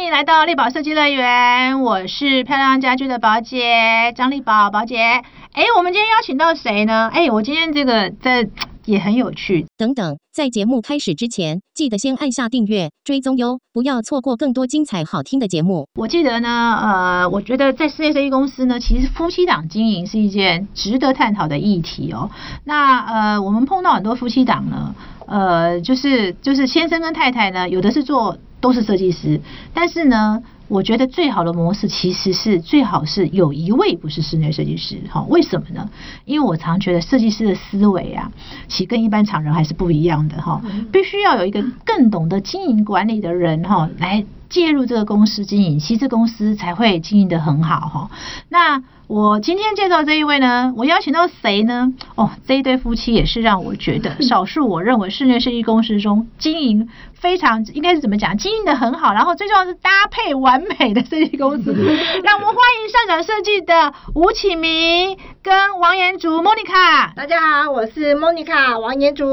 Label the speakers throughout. Speaker 1: 迎来到丽宝设计乐园，我是漂亮家居的宝姐张丽宝，宝姐。哎，我们今天邀请到谁呢？哎，我今天这个在也很有趣，
Speaker 2: 等等，在节目开始之前，记得先按下订阅、追踪哟，不要错过更多精彩好听的节目。
Speaker 1: 我记得呢，呃，我觉得在 CSA 公司呢，其实夫妻档经营是一件值得探讨的议题哦。那呃，我们碰到很多夫妻档呢，呃，就是就是先生跟太太呢，有的是做都是设计师，但是呢，我觉得最好的模式其实是最好是有一位不是室内设计师，哈、为什么呢？因为我常觉得设计师的思维啊，其实跟一般常人还是不一样的哈、必须要有一个更懂得经营管理的人哈、来介入这个公司经营，其实这公司才会经营的很好哈、那我今天介绍这一位呢，我邀请到谁呢？哦，这一对夫妻也是让我觉得少数我认为室内设计公司中经营非常应该是怎么讲，经营的很好，然后最重要是搭配完美的设计公司。让我们欢迎上展设计的吴启明跟王延竹 Monica。
Speaker 3: 大家好，我是莫妮卡王延竹。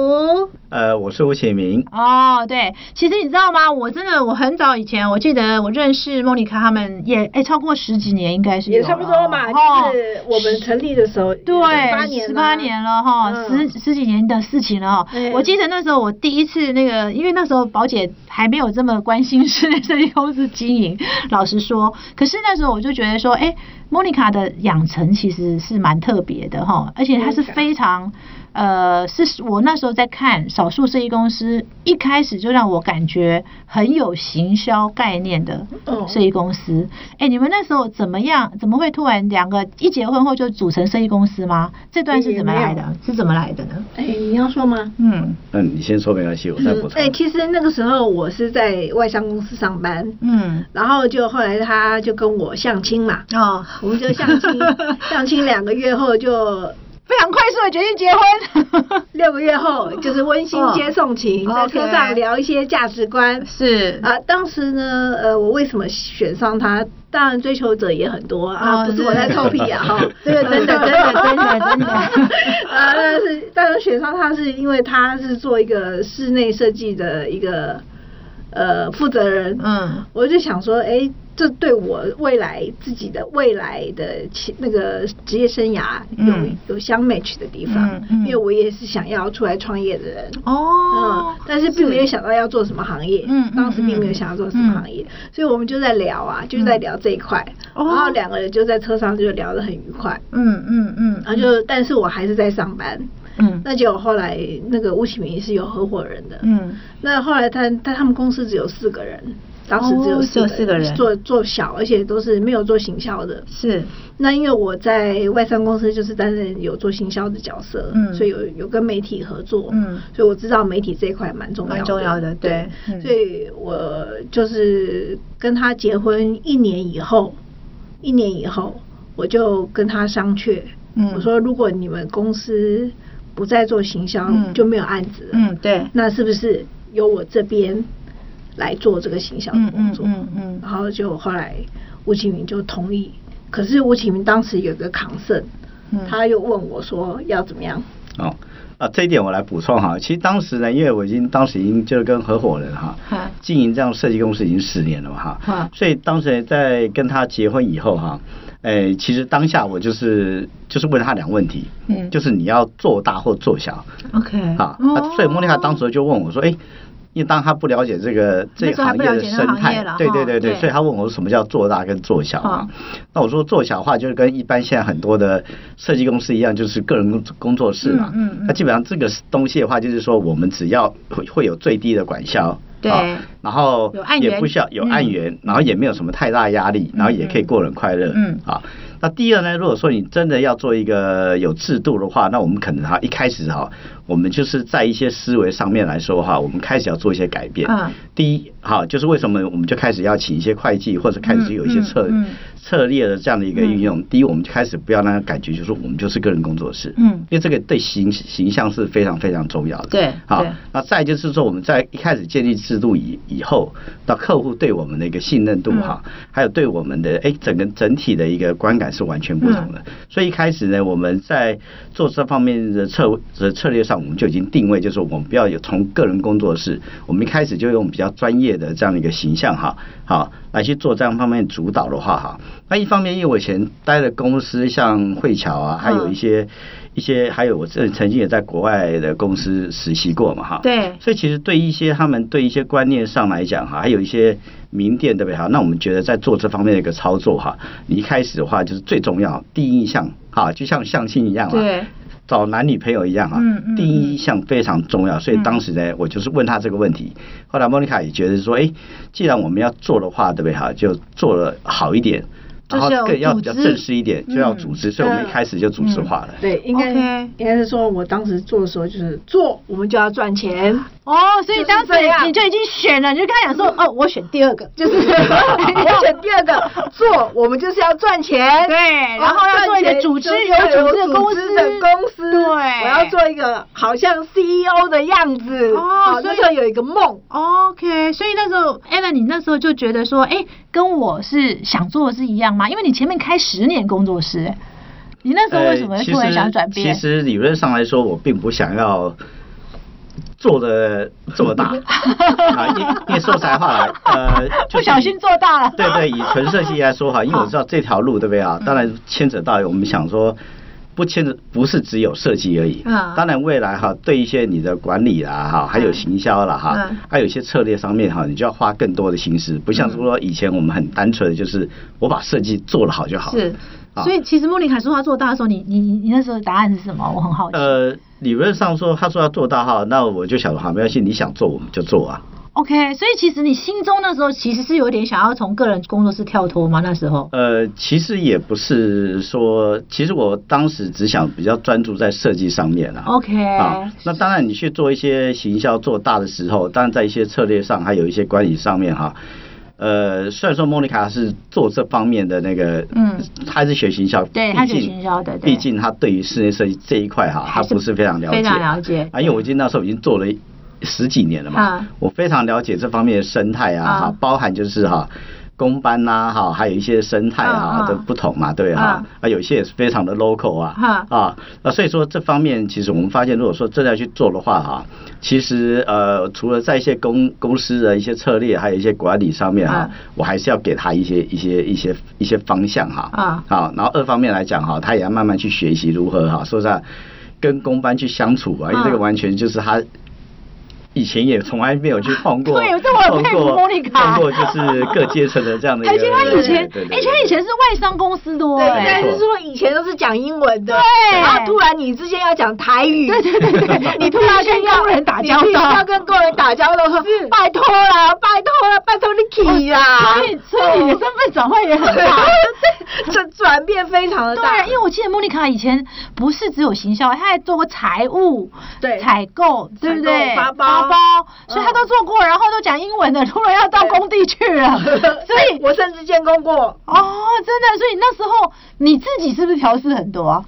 Speaker 4: 呃，我是吴启明。
Speaker 1: 哦，对，其实你知道吗？我真的，我很早以前，我记得我认识莫妮卡他们也，哎，超过十几年应该是有
Speaker 3: 也
Speaker 1: 了
Speaker 3: 差不多嘛，
Speaker 1: 哦
Speaker 3: 就是我们成立的时候，
Speaker 1: 对，
Speaker 3: 八年，
Speaker 1: 十八年，了哈，
Speaker 3: 嗯
Speaker 1: 十十几年的事情了哈
Speaker 3: 对。
Speaker 1: 我记得那时候我第一次那个，因为那时候宝姐还没有这么关心室内设计公司经营，老实说，可是那时候我就觉得说，哎，莫妮卡的养成其实是蛮特别的哈，而且她是
Speaker 3: Monica
Speaker 1: 非常。呃，是我那时候在看少数设计公司，一开始就让我感觉很有行销概念的
Speaker 3: 嗯
Speaker 1: 设计公司。哎、你们那时候怎么样？怎么会突然两个一结婚后就组成设计公司吗？这段是怎么来
Speaker 3: 也
Speaker 1: 的？是怎么来的呢？
Speaker 3: 哎，你要说吗？
Speaker 1: 嗯
Speaker 4: 嗯，你先说没关系，我再补充。
Speaker 3: 哎，其实那个时候我是在外商公司上班，
Speaker 1: 嗯
Speaker 3: 然后就后来他就跟我相亲嘛，
Speaker 1: 哦，
Speaker 3: 我们就相 亲，相亲两个月后就
Speaker 1: 非常快速的决定结 婚，
Speaker 3: 六个月后就是温馨
Speaker 1: 哦
Speaker 3: 接送情，在
Speaker 1: OK
Speaker 3: 车上聊一些价值观，
Speaker 1: 是
Speaker 3: 啊，当时呢，呃，我为什么选上他？当然，追求者也很多啊，
Speaker 1: 哦
Speaker 3: 不是我在臭屁啊，哈，
Speaker 1: 这个真的真的 真的真的
Speaker 3: 啊，但是但是选上他是因为他是做一个室内设计的一个呃负责人，
Speaker 1: 嗯
Speaker 3: 我就想说，哎，这对我未来自己的未来的其那个职业生涯有、
Speaker 1: 嗯
Speaker 3: 有相 match 的地方，
Speaker 1: 嗯嗯
Speaker 3: 因为我也是想要出来创业的人，
Speaker 1: 哦
Speaker 3: 嗯，，但是并没有想到要做什么行业，
Speaker 1: 嗯嗯嗯
Speaker 3: 当时并没有想要做什么行业，所以我们就在聊啊，就是在聊这一块，
Speaker 1: 哦
Speaker 3: 然后两个人就在车上就聊得很愉快，
Speaker 1: 嗯嗯嗯，
Speaker 3: 然后就，但是我还是在上班，
Speaker 1: 嗯
Speaker 3: 那结果后来那个吴启明是有合伙人的，
Speaker 1: 嗯
Speaker 3: 那后来他他他们公司只有四个人，当时只
Speaker 1: 哦
Speaker 3: 有
Speaker 1: 只有四个人
Speaker 3: 做做小，而且都是没有做行销的，
Speaker 1: 是
Speaker 3: 那因为我在外商公司就是担任有做行销的角色，
Speaker 1: 嗯
Speaker 3: 所以有有跟媒体合作，
Speaker 1: 嗯
Speaker 3: 所以我知道媒体这一块蛮重要的，
Speaker 1: 蛮重要的对
Speaker 3: 对，
Speaker 1: 嗯
Speaker 3: 所以我就是跟他结婚一年以后，一年以后我就跟他商榷，
Speaker 1: 嗯
Speaker 3: 我说如果你们公司不再做行销，
Speaker 1: 嗯
Speaker 3: 就没有案子了，
Speaker 1: 嗯对
Speaker 3: 那是不是由我这边来做这个行销的工作？
Speaker 1: 嗯嗯嗯嗯
Speaker 3: 然后就后来吴启明就同意，可是吴启明当时有一个抗胜，
Speaker 1: 嗯
Speaker 3: 他又问我说要怎么样？
Speaker 4: 哦，啊，这一点我来补充哈。其实当时呢，因为我已经当时已经就是跟合伙人哈
Speaker 1: 嗯，
Speaker 4: 经营这样设计公司已经十年了嘛
Speaker 1: 嗯
Speaker 4: 哈，所以当时在跟他结婚以后哈，哎，其实当下我就是就是问他两个问题，
Speaker 1: 嗯
Speaker 4: 就是你要做大或做小，
Speaker 1: OK
Speaker 4: 啊，
Speaker 1: 哦
Speaker 4: 啊所以莫妮卡当时就问我说，哎。因为当他不了解这个这
Speaker 1: 那
Speaker 4: 个
Speaker 1: 时候还
Speaker 4: 行
Speaker 1: 不
Speaker 4: 业
Speaker 1: 了
Speaker 4: 的
Speaker 1: 解那
Speaker 4: 生
Speaker 1: 行业
Speaker 4: 态
Speaker 1: 了，
Speaker 4: 对
Speaker 1: 哈
Speaker 4: 对对对，
Speaker 1: 对
Speaker 4: 所以他问我什么叫做大跟做小
Speaker 1: 嗯
Speaker 4: 嘛？那我说做小的话，就是跟一般现在很多的设计公司一样，就是个人工工作室嘛。
Speaker 1: 嗯嗯嗯
Speaker 4: 那基本上这个东西的话，就是说我们只要会会有最低的管销，
Speaker 1: 对
Speaker 4: 啊然后
Speaker 1: 有案源嗯
Speaker 4: 也不需要有案源，然后也没有什么太大压力，然后也可以过得很快乐。
Speaker 1: 嗯
Speaker 4: 啊。那第二呢，如果说你真的要做一个有制度的话，那我们可能哈一开始哈，我们就是在一些思维上面来说哈，我们开始要做一些改变。
Speaker 1: 嗯
Speaker 4: 第一，好，就是为什么我们就开始要请一些会计，或者开始有一些策、
Speaker 1: 嗯嗯嗯
Speaker 4: 策略的这样的一个运用。第一，我们就开始不要让他感觉就是我们就是个人工作室，
Speaker 1: 嗯
Speaker 4: 因为这个对形形象是非常非常重要的。
Speaker 1: 对
Speaker 4: 好
Speaker 1: 嗯对，
Speaker 4: 那再就是说我们在一开始建立制度以以后，那客户对我们的一个信任度哈，
Speaker 1: 嗯
Speaker 4: 还有对我们的哎整个整体的一个观感是完全不同的。所以一开始呢，我们在做这方面的策的策略上，我们就已经定位，就是我们不要有从个人工作室，我们一开始就用比较专业业的这样一个形象哈，好来去做这样方面主导的话哈，那一方面因为我以前待的公司像汇桥啊，还有一些、一些，还有我这曾经也在国外的公司实习过嘛哈，
Speaker 1: 对
Speaker 4: 所以其实对一些他们对一些观念上来讲哈，还有一些名店对不对哈？那我们觉得在做这方面的一个操作哈，你一开始的话就是最重要第一印象哈，就像相亲一样嘛，
Speaker 1: 对，
Speaker 4: 找男女朋友一样啊，
Speaker 1: 嗯嗯
Speaker 4: 第一印象非常重要，所以当时呢，我就是问他这个问题。后来莫妮卡也觉得说，哎，既然我们要做的话，对不对哈？就做了好一点，
Speaker 1: 就
Speaker 4: 然
Speaker 1: 是
Speaker 4: 后
Speaker 1: 有
Speaker 4: 更要
Speaker 1: 组
Speaker 4: 比较
Speaker 1: 织
Speaker 4: 正式一点，就要组织，所以我们
Speaker 3: 嗯
Speaker 4: 一开始就组织化了。
Speaker 3: 对，应该
Speaker 1: OK
Speaker 3: 应该是说，我当时做的时候就是做，我们就要赚钱，
Speaker 1: 哦，所以当时
Speaker 3: 就是这样
Speaker 1: 你就已经选了，你就跟他讲说，哦，我选第二个，
Speaker 3: 就是 我选第二个做，我们就是要赚钱。哦
Speaker 1: 对，然后哦要做一个组织有
Speaker 3: 要
Speaker 1: 组
Speaker 3: 有
Speaker 1: 织的公
Speaker 3: 组
Speaker 1: 司
Speaker 3: 织的公司，
Speaker 1: 对，
Speaker 3: 我要做一个好像 CEO 的样子。
Speaker 1: 哦
Speaker 3: 好
Speaker 1: 所以
Speaker 3: 那时候有一个梦，
Speaker 1: OK，所以那时候 Evan，你那时候就觉得说，哎、跟我是想做的是一样吗？因为你前面开十年工作室，哎你那时候为什么会
Speaker 4: 呃
Speaker 1: 突然想转变？
Speaker 4: 其实？其实理论上来说，我并不想要做的这 么大啊，因因为说实在话啦，呃，就是
Speaker 1: 不小心做大了。嗯
Speaker 4: 对对，以纯设计来说哈，因为我知道这条路对不对啊？当然牵扯到我们想说。不牵扯不是只有设计而已，
Speaker 1: 嗯
Speaker 4: 当然未来哈，对一些你的管理啦哈，还有行销啦哈，
Speaker 1: 嗯
Speaker 4: 还有一些策略上面哈，你就要花更多的心思，不像说以前我们很单纯的就是我把设计做得好就好了。
Speaker 1: 是，
Speaker 4: 啊
Speaker 1: 所以其实莫妮卡说她做大的时候，你你你你那时候答案是什么？我很好奇。
Speaker 4: 呃，理论上说，他说要做大哈，那我就想好，没关系，你想做我们就做啊。
Speaker 1: OK，所以其实你心中那时候其实是有点想要从个人工作室跳脱吗？那时候？
Speaker 4: 呃，其实也不是说，其实我当时只想比较专注在设计上面啊。
Speaker 1: OK
Speaker 4: 啊，那当然，你去做一些行销做大的时候，当然在一些策略上，还有一些管理上面哈、呃，虽然说莫妮卡是做这方面的那个，
Speaker 1: 嗯，
Speaker 4: 她是学行销，
Speaker 1: 对
Speaker 4: 毕
Speaker 1: 她学
Speaker 4: 竟
Speaker 1: 行销的对
Speaker 4: 毕竟她对于室内设计这一块哈、
Speaker 1: 还
Speaker 4: 她
Speaker 1: 是
Speaker 4: 不是非常了解，
Speaker 1: 非常了解
Speaker 4: 啊，因为我已经那时候已经做了十几年了嘛
Speaker 1: 啊，
Speaker 4: 我非常了解这方面的生态啊，
Speaker 1: 啊
Speaker 4: 哈包含就是哈、工班呐，哈，还有一些生态
Speaker 1: 啊
Speaker 4: 啊
Speaker 1: 啊
Speaker 4: 的不同嘛，对哈
Speaker 1: 啊，
Speaker 4: 啊，有一些也是非常的 local 啊
Speaker 1: 啊，
Speaker 4: 啊，那所以说这方面其实我们发现，如果说真的要去做的话哈，其实呃，除了在一些公公司的一些策略，还有一些管理上面哈
Speaker 1: 啊，
Speaker 4: 我还是要给他一些一些一些一些方向哈，
Speaker 1: 啊
Speaker 4: 好，然后二方面来讲哈，他也要慢慢去学习如何哈，说实在，跟公班去相处啊，因为这个
Speaker 1: 啊
Speaker 4: 完全就是他。以前也从来没有去碰过，
Speaker 1: 对这我很
Speaker 4: 碰
Speaker 1: 佩服
Speaker 4: 过
Speaker 1: Monica
Speaker 4: 碰过就是各阶层的这样的一个。
Speaker 1: 而且他以前，
Speaker 4: 对对对
Speaker 1: 而且他以前是外商公司的哦。
Speaker 3: 对，
Speaker 1: 哎
Speaker 3: 应该
Speaker 4: 没
Speaker 3: 是
Speaker 4: 错
Speaker 3: 说以前都是讲英文的，
Speaker 1: 对
Speaker 3: 然后突然你之间要讲台语，对对对对， 你突然跟
Speaker 1: 你必须跟工人打交道
Speaker 3: 你必须要跟工人打交道，说拜托啦，拜托啦，拜托你起啊啦，
Speaker 1: 所以，所以你的身
Speaker 4: 哦
Speaker 1: 份转换也
Speaker 3: 哦
Speaker 1: 很大。
Speaker 3: 这转变非常的大
Speaker 1: 对，，因为我记得莫妮卡以前不是只有行销，她还做过财务、
Speaker 3: 对
Speaker 1: 采购，对不对？
Speaker 3: 发包
Speaker 1: 包，
Speaker 4: 嗯
Speaker 1: 所以她都做过，然后都讲英文的，突然要到工地去 了，所以。
Speaker 3: 我甚至见工过，
Speaker 1: 哦，真的，所以那时候你自己是不是调试很多、啊？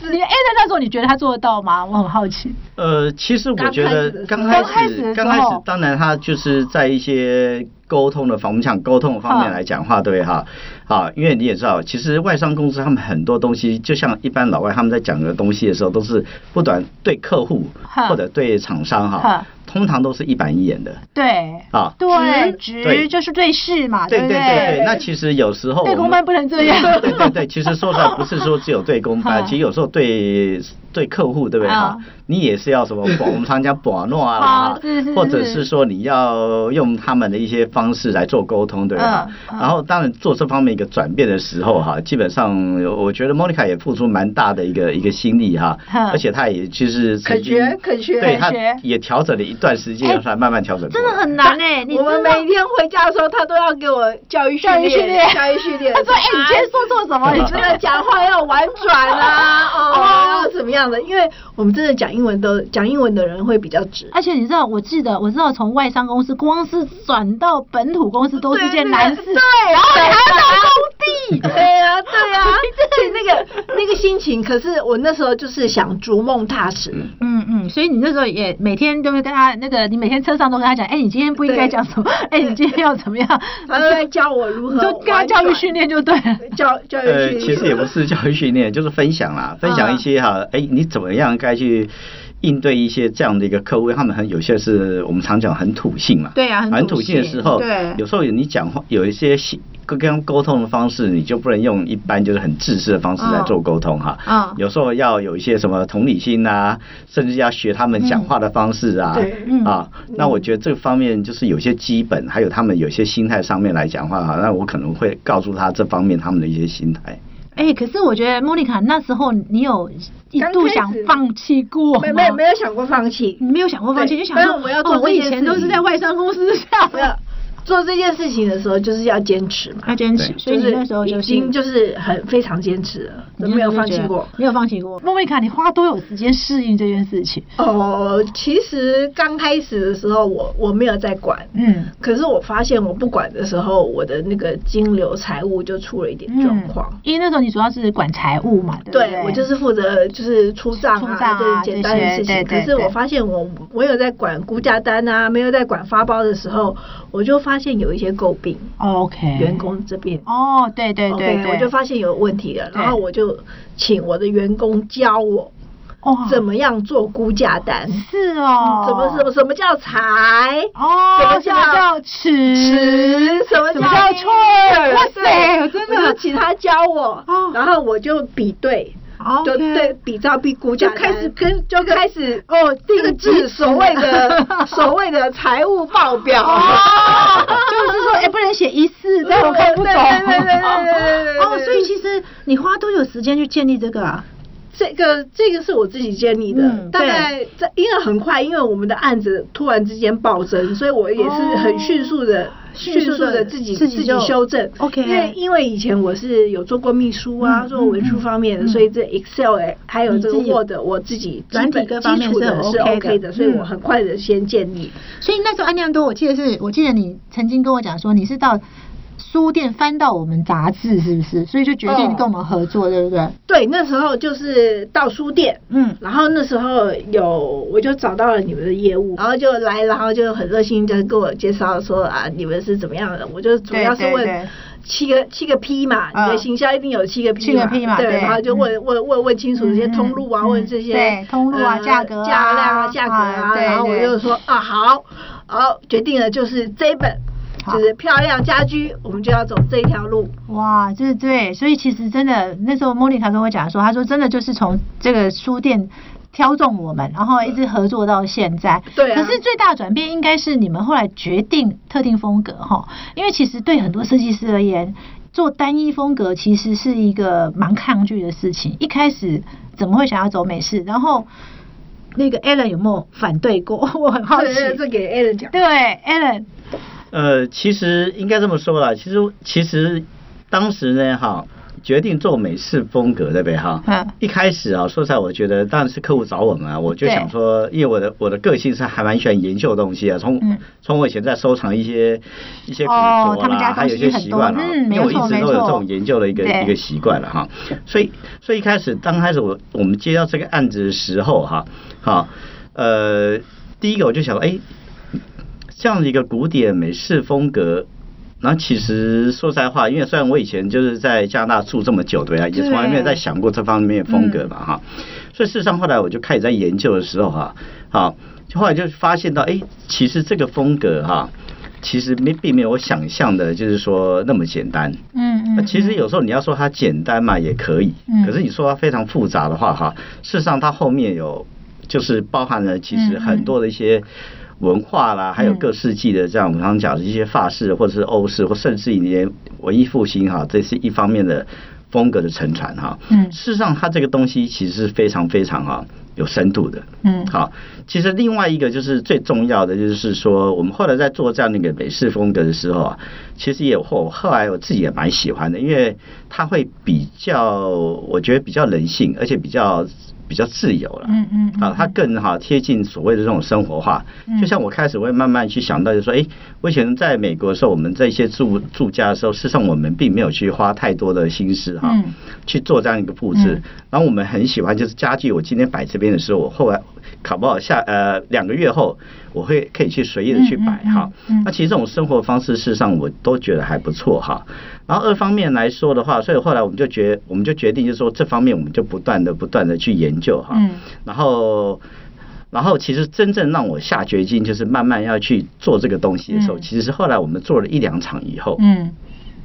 Speaker 1: 你 A 的那时候，你觉得他做得到吗？我很好奇。
Speaker 4: 呃，其实我觉得
Speaker 3: 刚
Speaker 4: 刚
Speaker 1: 开
Speaker 4: 开
Speaker 1: 始的
Speaker 4: 始，
Speaker 1: 时候
Speaker 4: 刚开始，当然他就是在一些沟通的方面，讲沟通的方面
Speaker 1: 嗯
Speaker 4: 来讲话，对哈，啊，因为你也知道，其实外商公司他们很多东西，就像一般老外他们在讲的东西的时候，都是不管对客户
Speaker 1: 嗯
Speaker 4: 或者对厂商
Speaker 1: 嗯
Speaker 4: 哈，通常都是一板一眼的。
Speaker 1: 对，
Speaker 4: 啊
Speaker 1: 对，
Speaker 4: 直
Speaker 1: 直
Speaker 4: 对
Speaker 1: 就是对事嘛，
Speaker 4: 对
Speaker 1: 不
Speaker 4: 对对，那其实有时候
Speaker 1: 对
Speaker 4: 我
Speaker 1: 公
Speaker 4: 们
Speaker 1: 班不能这样
Speaker 4: 对对对，其实说出来不是说只有对公班，
Speaker 1: 嗯
Speaker 4: 其实有时候对对客户，对不对
Speaker 1: 嗯
Speaker 4: 哈？你也是 要什么，我们常讲把诺啊
Speaker 1: 啊
Speaker 4: 啦
Speaker 1: 是是，
Speaker 4: 或者
Speaker 1: 是
Speaker 4: 是说你要用他们的一些方式来做沟通，对吧
Speaker 1: 嗯？嗯
Speaker 4: 然后当然做这方面一个转变的时候哈，基本上我觉得 Monica 也付出蛮大的一个一个心力哈
Speaker 1: 嗯，
Speaker 4: 而且她也就是曾
Speaker 3: 肯
Speaker 4: 经
Speaker 3: 学肯学
Speaker 4: 嗯对
Speaker 1: 肯
Speaker 4: 她
Speaker 1: 学
Speaker 4: 也调整了一段时间，才慢慢调整过
Speaker 1: 哎真的
Speaker 4: 来。
Speaker 1: 很难哎、你
Speaker 3: 我们
Speaker 1: 真的
Speaker 3: 每天回家的时候，他都要给我教育训
Speaker 1: 教育训练
Speaker 3: 练，教育 训练。
Speaker 1: 他说：“哎、你今天说错 什么？你
Speaker 3: 哦你
Speaker 1: 真
Speaker 3: 真
Speaker 1: 的
Speaker 3: 的讲话要婉 转啊，哦，要怎么样的？因为我们真的讲英文都讲英文的人会比较直。
Speaker 1: 而且你知道，我记得我知道从外商公司光是转到本土公司都是件难事，
Speaker 3: 对对
Speaker 1: 然后你还要到 工地，
Speaker 3: 对呀、对 呀、所以那个那个心情，可是我那时候就是想逐梦踏实。
Speaker 1: 嗯嗯，所以你那时候也每天都会跟他那个，你每天车上都跟他讲，哎、你今天不应该讲什么，哎、你今天要怎么样，
Speaker 3: 他都在教我如
Speaker 1: 你
Speaker 3: 何
Speaker 1: 就跟他
Speaker 3: 婉转
Speaker 1: 教育训练就对了。
Speaker 3: 教教育
Speaker 4: 呃，
Speaker 3: 训练。
Speaker 4: 其实也不是教育训练，就是分享啦，分享一些哈，哎、你怎么样该去应对一些这样的一个客户，他们很有些是我们常讲很土性嘛，
Speaker 1: 对啊很
Speaker 4: 很
Speaker 1: 土
Speaker 4: 性的
Speaker 1: 性
Speaker 4: 时候，
Speaker 1: 对
Speaker 4: 有时候你讲话有一些细跟跟他们沟通的方式，你就不能用一般就是很自私的方式来
Speaker 1: 嗯
Speaker 4: 做沟通哈，
Speaker 1: 嗯
Speaker 4: 有时候要有一些什么同理心啊，甚至要学他们讲话的方式啊，
Speaker 3: 对
Speaker 1: 嗯
Speaker 4: 啊，那我觉得这方面就是有些基本，还有他们有些心态上面来讲的话，那我可能会告诉他这方面他们的一些心态。
Speaker 1: 哎、可是我觉得莫妮卡那时候你有一
Speaker 3: 刚
Speaker 1: 度
Speaker 3: 开
Speaker 1: 想
Speaker 3: 始
Speaker 1: 放弃过吗
Speaker 3: 没没没有想过放弃
Speaker 1: 你，没有想过放弃，就
Speaker 3: 对
Speaker 1: 想说
Speaker 3: 但是我要做
Speaker 1: 哦，我
Speaker 3: 这
Speaker 1: 以
Speaker 3: 件
Speaker 1: 前
Speaker 3: 事
Speaker 1: 都是
Speaker 3: 情
Speaker 1: 在外商公司 下
Speaker 3: 没有做这件事情的时候就是要坚持嘛，
Speaker 1: 要坚持，嗯所以
Speaker 4: 对
Speaker 1: 你
Speaker 3: 是
Speaker 1: 那时候就
Speaker 3: 已
Speaker 1: 是
Speaker 3: 经就是很非常坚持了，
Speaker 1: 你
Speaker 3: 都
Speaker 1: 那
Speaker 3: 没有
Speaker 1: 时候
Speaker 3: 放
Speaker 1: 就
Speaker 3: 弃
Speaker 1: 觉得
Speaker 3: 过。
Speaker 1: 没有放弃过。莫妮卡，你花多有时间适应这件事情？
Speaker 3: 哦，其实刚开始的时候我我没有在管，
Speaker 1: 嗯
Speaker 3: 可是我发现我不管的时候，我的那个金流财务就出了一点状况。
Speaker 1: 嗯，因为那时候你主要是管财务嘛，对不
Speaker 3: 对
Speaker 1: 对
Speaker 3: 我就是负责就是出账
Speaker 1: 出
Speaker 3: 啊，
Speaker 1: 账啊
Speaker 3: 这简单的
Speaker 1: 这些
Speaker 3: 事
Speaker 1: 对
Speaker 3: 情。
Speaker 1: 对
Speaker 3: 可是我发现我我有在管估价单啊，没有在管发包的时候，我就发现有一些诟病，
Speaker 1: 哦 OK
Speaker 3: 员。工这边。
Speaker 1: 哦，对嗯对对
Speaker 3: OK，
Speaker 1: 对，
Speaker 3: 我就发现有问题了，
Speaker 1: 对
Speaker 3: 然后我就请我的员工教我
Speaker 1: 哇，
Speaker 3: 怎么样做估价单，
Speaker 1: 哦是哦？
Speaker 3: 怎么什么什么叫财，
Speaker 1: 哦，什
Speaker 3: 什
Speaker 1: 么叫
Speaker 3: 么叫
Speaker 1: 尺？
Speaker 3: 吃什么
Speaker 1: 什么叫
Speaker 3: 叫
Speaker 1: 错儿哇塞
Speaker 3: 对
Speaker 1: 真的
Speaker 3: 我就请他教我
Speaker 1: 哦，
Speaker 3: 然后我就比对，
Speaker 1: 哦，
Speaker 3: 就对，比照比估价
Speaker 1: 就开始
Speaker 3: 跟就开始哦定制所谓 的所谓的财务报表，
Speaker 1: 哦， 就是说，哎、不能写一次，这样我看不懂。
Speaker 3: 对对对对对对对
Speaker 1: 哦，所以其实你花多久时间去建立这个啊？
Speaker 3: 这个这个是我自己建立的，
Speaker 1: 嗯
Speaker 3: 大概在因为很快，因为我们的案子突然之间暴增，所以我也是很迅速的、
Speaker 1: 哦迅
Speaker 3: 迅
Speaker 1: 速地
Speaker 3: 速的自己
Speaker 1: 自
Speaker 3: 自
Speaker 1: 己
Speaker 3: 己
Speaker 1: 就
Speaker 3: 修正。
Speaker 1: OK
Speaker 3: 因为因为以前我是有做过秘书啊，
Speaker 1: 嗯
Speaker 3: 做文书方面的，
Speaker 1: 嗯
Speaker 3: 所以这 Excel 哎，还有这个
Speaker 1: 你自己
Speaker 3: Word，我自己基
Speaker 1: 软体
Speaker 3: 本
Speaker 1: 各方面
Speaker 3: 基础的
Speaker 1: 是
Speaker 3: 是
Speaker 1: OK 的
Speaker 3: OK 的，所以
Speaker 1: 嗯
Speaker 3: 我很快的先建立。
Speaker 1: 所以那时候安良多，我记得是，我记得你曾经跟我讲说，你是到书店翻到我们杂志，是不是？所以就决定
Speaker 3: 哦
Speaker 1: 跟我们合作，对不对？
Speaker 3: 对，那时候就是到书店，
Speaker 1: 嗯
Speaker 3: 然后那时候有，我就找到了你们的业务，然后就来，然后就很热心的跟我介绍说啊，你们是怎么样的？我就主要是
Speaker 1: 对对对
Speaker 3: 问七个七个 P 嘛，
Speaker 1: 嗯
Speaker 3: 你的行销一定有七个 P
Speaker 1: 七个 P 嘛
Speaker 3: 对，
Speaker 1: 对
Speaker 3: 然后就问问问问清楚这些
Speaker 1: 嗯嗯
Speaker 3: 通路啊，
Speaker 1: 嗯
Speaker 3: 问这些
Speaker 1: 对通路啊
Speaker 3: 呃
Speaker 1: 价格啊
Speaker 3: 价量啊、价格
Speaker 1: 啊
Speaker 3: 啊，
Speaker 1: 对
Speaker 3: 然后我
Speaker 1: 对
Speaker 3: 就说啊好，好决定了就是这一本，
Speaker 1: 好
Speaker 3: 就是漂亮家居，我们就要走这一条路。
Speaker 1: 哇，就是对，所以其实真的那时候莫妮卡跟我讲说，她说真的就是从这个书店。挑中我们，然后一直合作到现在。
Speaker 3: 对啊
Speaker 1: 可是最大的转变应该是你们后来决定特定风格哈，因为其实对很多设计师而言，做单一风格其实是一个蛮抗拒的事情。一开始怎么会想要走美式？然后那个 Alan 有没有反对过？我很好奇。
Speaker 3: 这这给 a l a n 讲。
Speaker 1: 对 Alan，
Speaker 4: 呃，其实应该这么说啦，其实其实当时呢，哈，决定做美式风格对不对哈？
Speaker 1: 嗯
Speaker 4: 一开始啊，说实在，我觉得当然是客户找我们啊，我就
Speaker 1: 对
Speaker 4: 想说，因为我的我的个性是还蛮喜欢研究东西啊，从
Speaker 1: 嗯
Speaker 4: 从、我以前在收藏一些一些古着
Speaker 1: 哦他们家
Speaker 4: 啦，还有一
Speaker 1: 东
Speaker 4: 些
Speaker 1: 西很
Speaker 4: 习惯啦，
Speaker 1: 多嗯没
Speaker 4: 因为我
Speaker 1: 错
Speaker 4: 一直
Speaker 1: 没
Speaker 4: 都有这
Speaker 1: 错
Speaker 4: 种研究的一个
Speaker 1: 对
Speaker 4: 一个习惯了哈。所以所以一开始刚开始我我们接到这个案子的时候哈，哈，呃，第一个我就想说，哎、这样的一个古典美式风格。然后其实说实在话，因为虽然我以前就是在加拿大住这么久，对啊，也从来没有在想过这方面的风格
Speaker 1: 嗯
Speaker 4: 嘛，哈、所以事实上后来我就开始在研究的时候、哈，好，就后来就发现到，哎，其实这个风格哈、其实没并没有我想象的，就是说那么简单。
Speaker 1: 嗯嗯
Speaker 4: 那
Speaker 1: 嗯，
Speaker 4: 其实有时候你要说它简单嘛，也可以。
Speaker 1: 嗯
Speaker 4: 可是你说它非常复杂的话，哈，事实上它后面有就是包含了其
Speaker 1: 嗯
Speaker 4: 实很多的一些文化啦，还有各世纪的这样我们刚刚讲的一些法式或者是欧式，或甚至于连文艺复兴哈，这是一方面的风格的沉传哈。
Speaker 1: 嗯
Speaker 4: 事实上它这个东西其实是非常非常啊有深度的。
Speaker 1: 嗯
Speaker 4: 好，其实另外一个就是最重要的，就是说我们后来在做这样的一个美式风格的时候啊，其实也后后来我自己也蛮喜欢的，因为它会比较，我觉得比较人性，而且比较比较自由了。
Speaker 1: 嗯嗯嗯
Speaker 4: 啊，它更哈贴近所谓的这种生活化
Speaker 1: 嗯。
Speaker 4: 就像我开始会慢慢去想到，就是说，哎，我以前在美国的时候，我们在一些住住家的时候，事实上我们并没有去花太多的心思哈。
Speaker 1: 嗯
Speaker 4: 去做这样一个布置。
Speaker 1: 嗯
Speaker 4: 然后我们很喜欢，就是家具，我今天摆这边的时候，我后来考不好下呃两个月后，我会可以去随意的去
Speaker 1: 嗯
Speaker 4: 摆
Speaker 1: 嗯嗯
Speaker 4: 哈。
Speaker 1: 嗯
Speaker 4: 那其实这种生活方式，事实上我都觉得还不错哈。然后二方面来说的话，所以后来我们就决我们就决定，就是说这方面我们就不断的不断的去研究哈。
Speaker 1: 嗯
Speaker 4: 然后然后其实真正让我下决心，就是慢慢要去做这个东西的时候，
Speaker 1: 嗯
Speaker 4: 其实是后来我们做了一两场以后，
Speaker 1: 嗯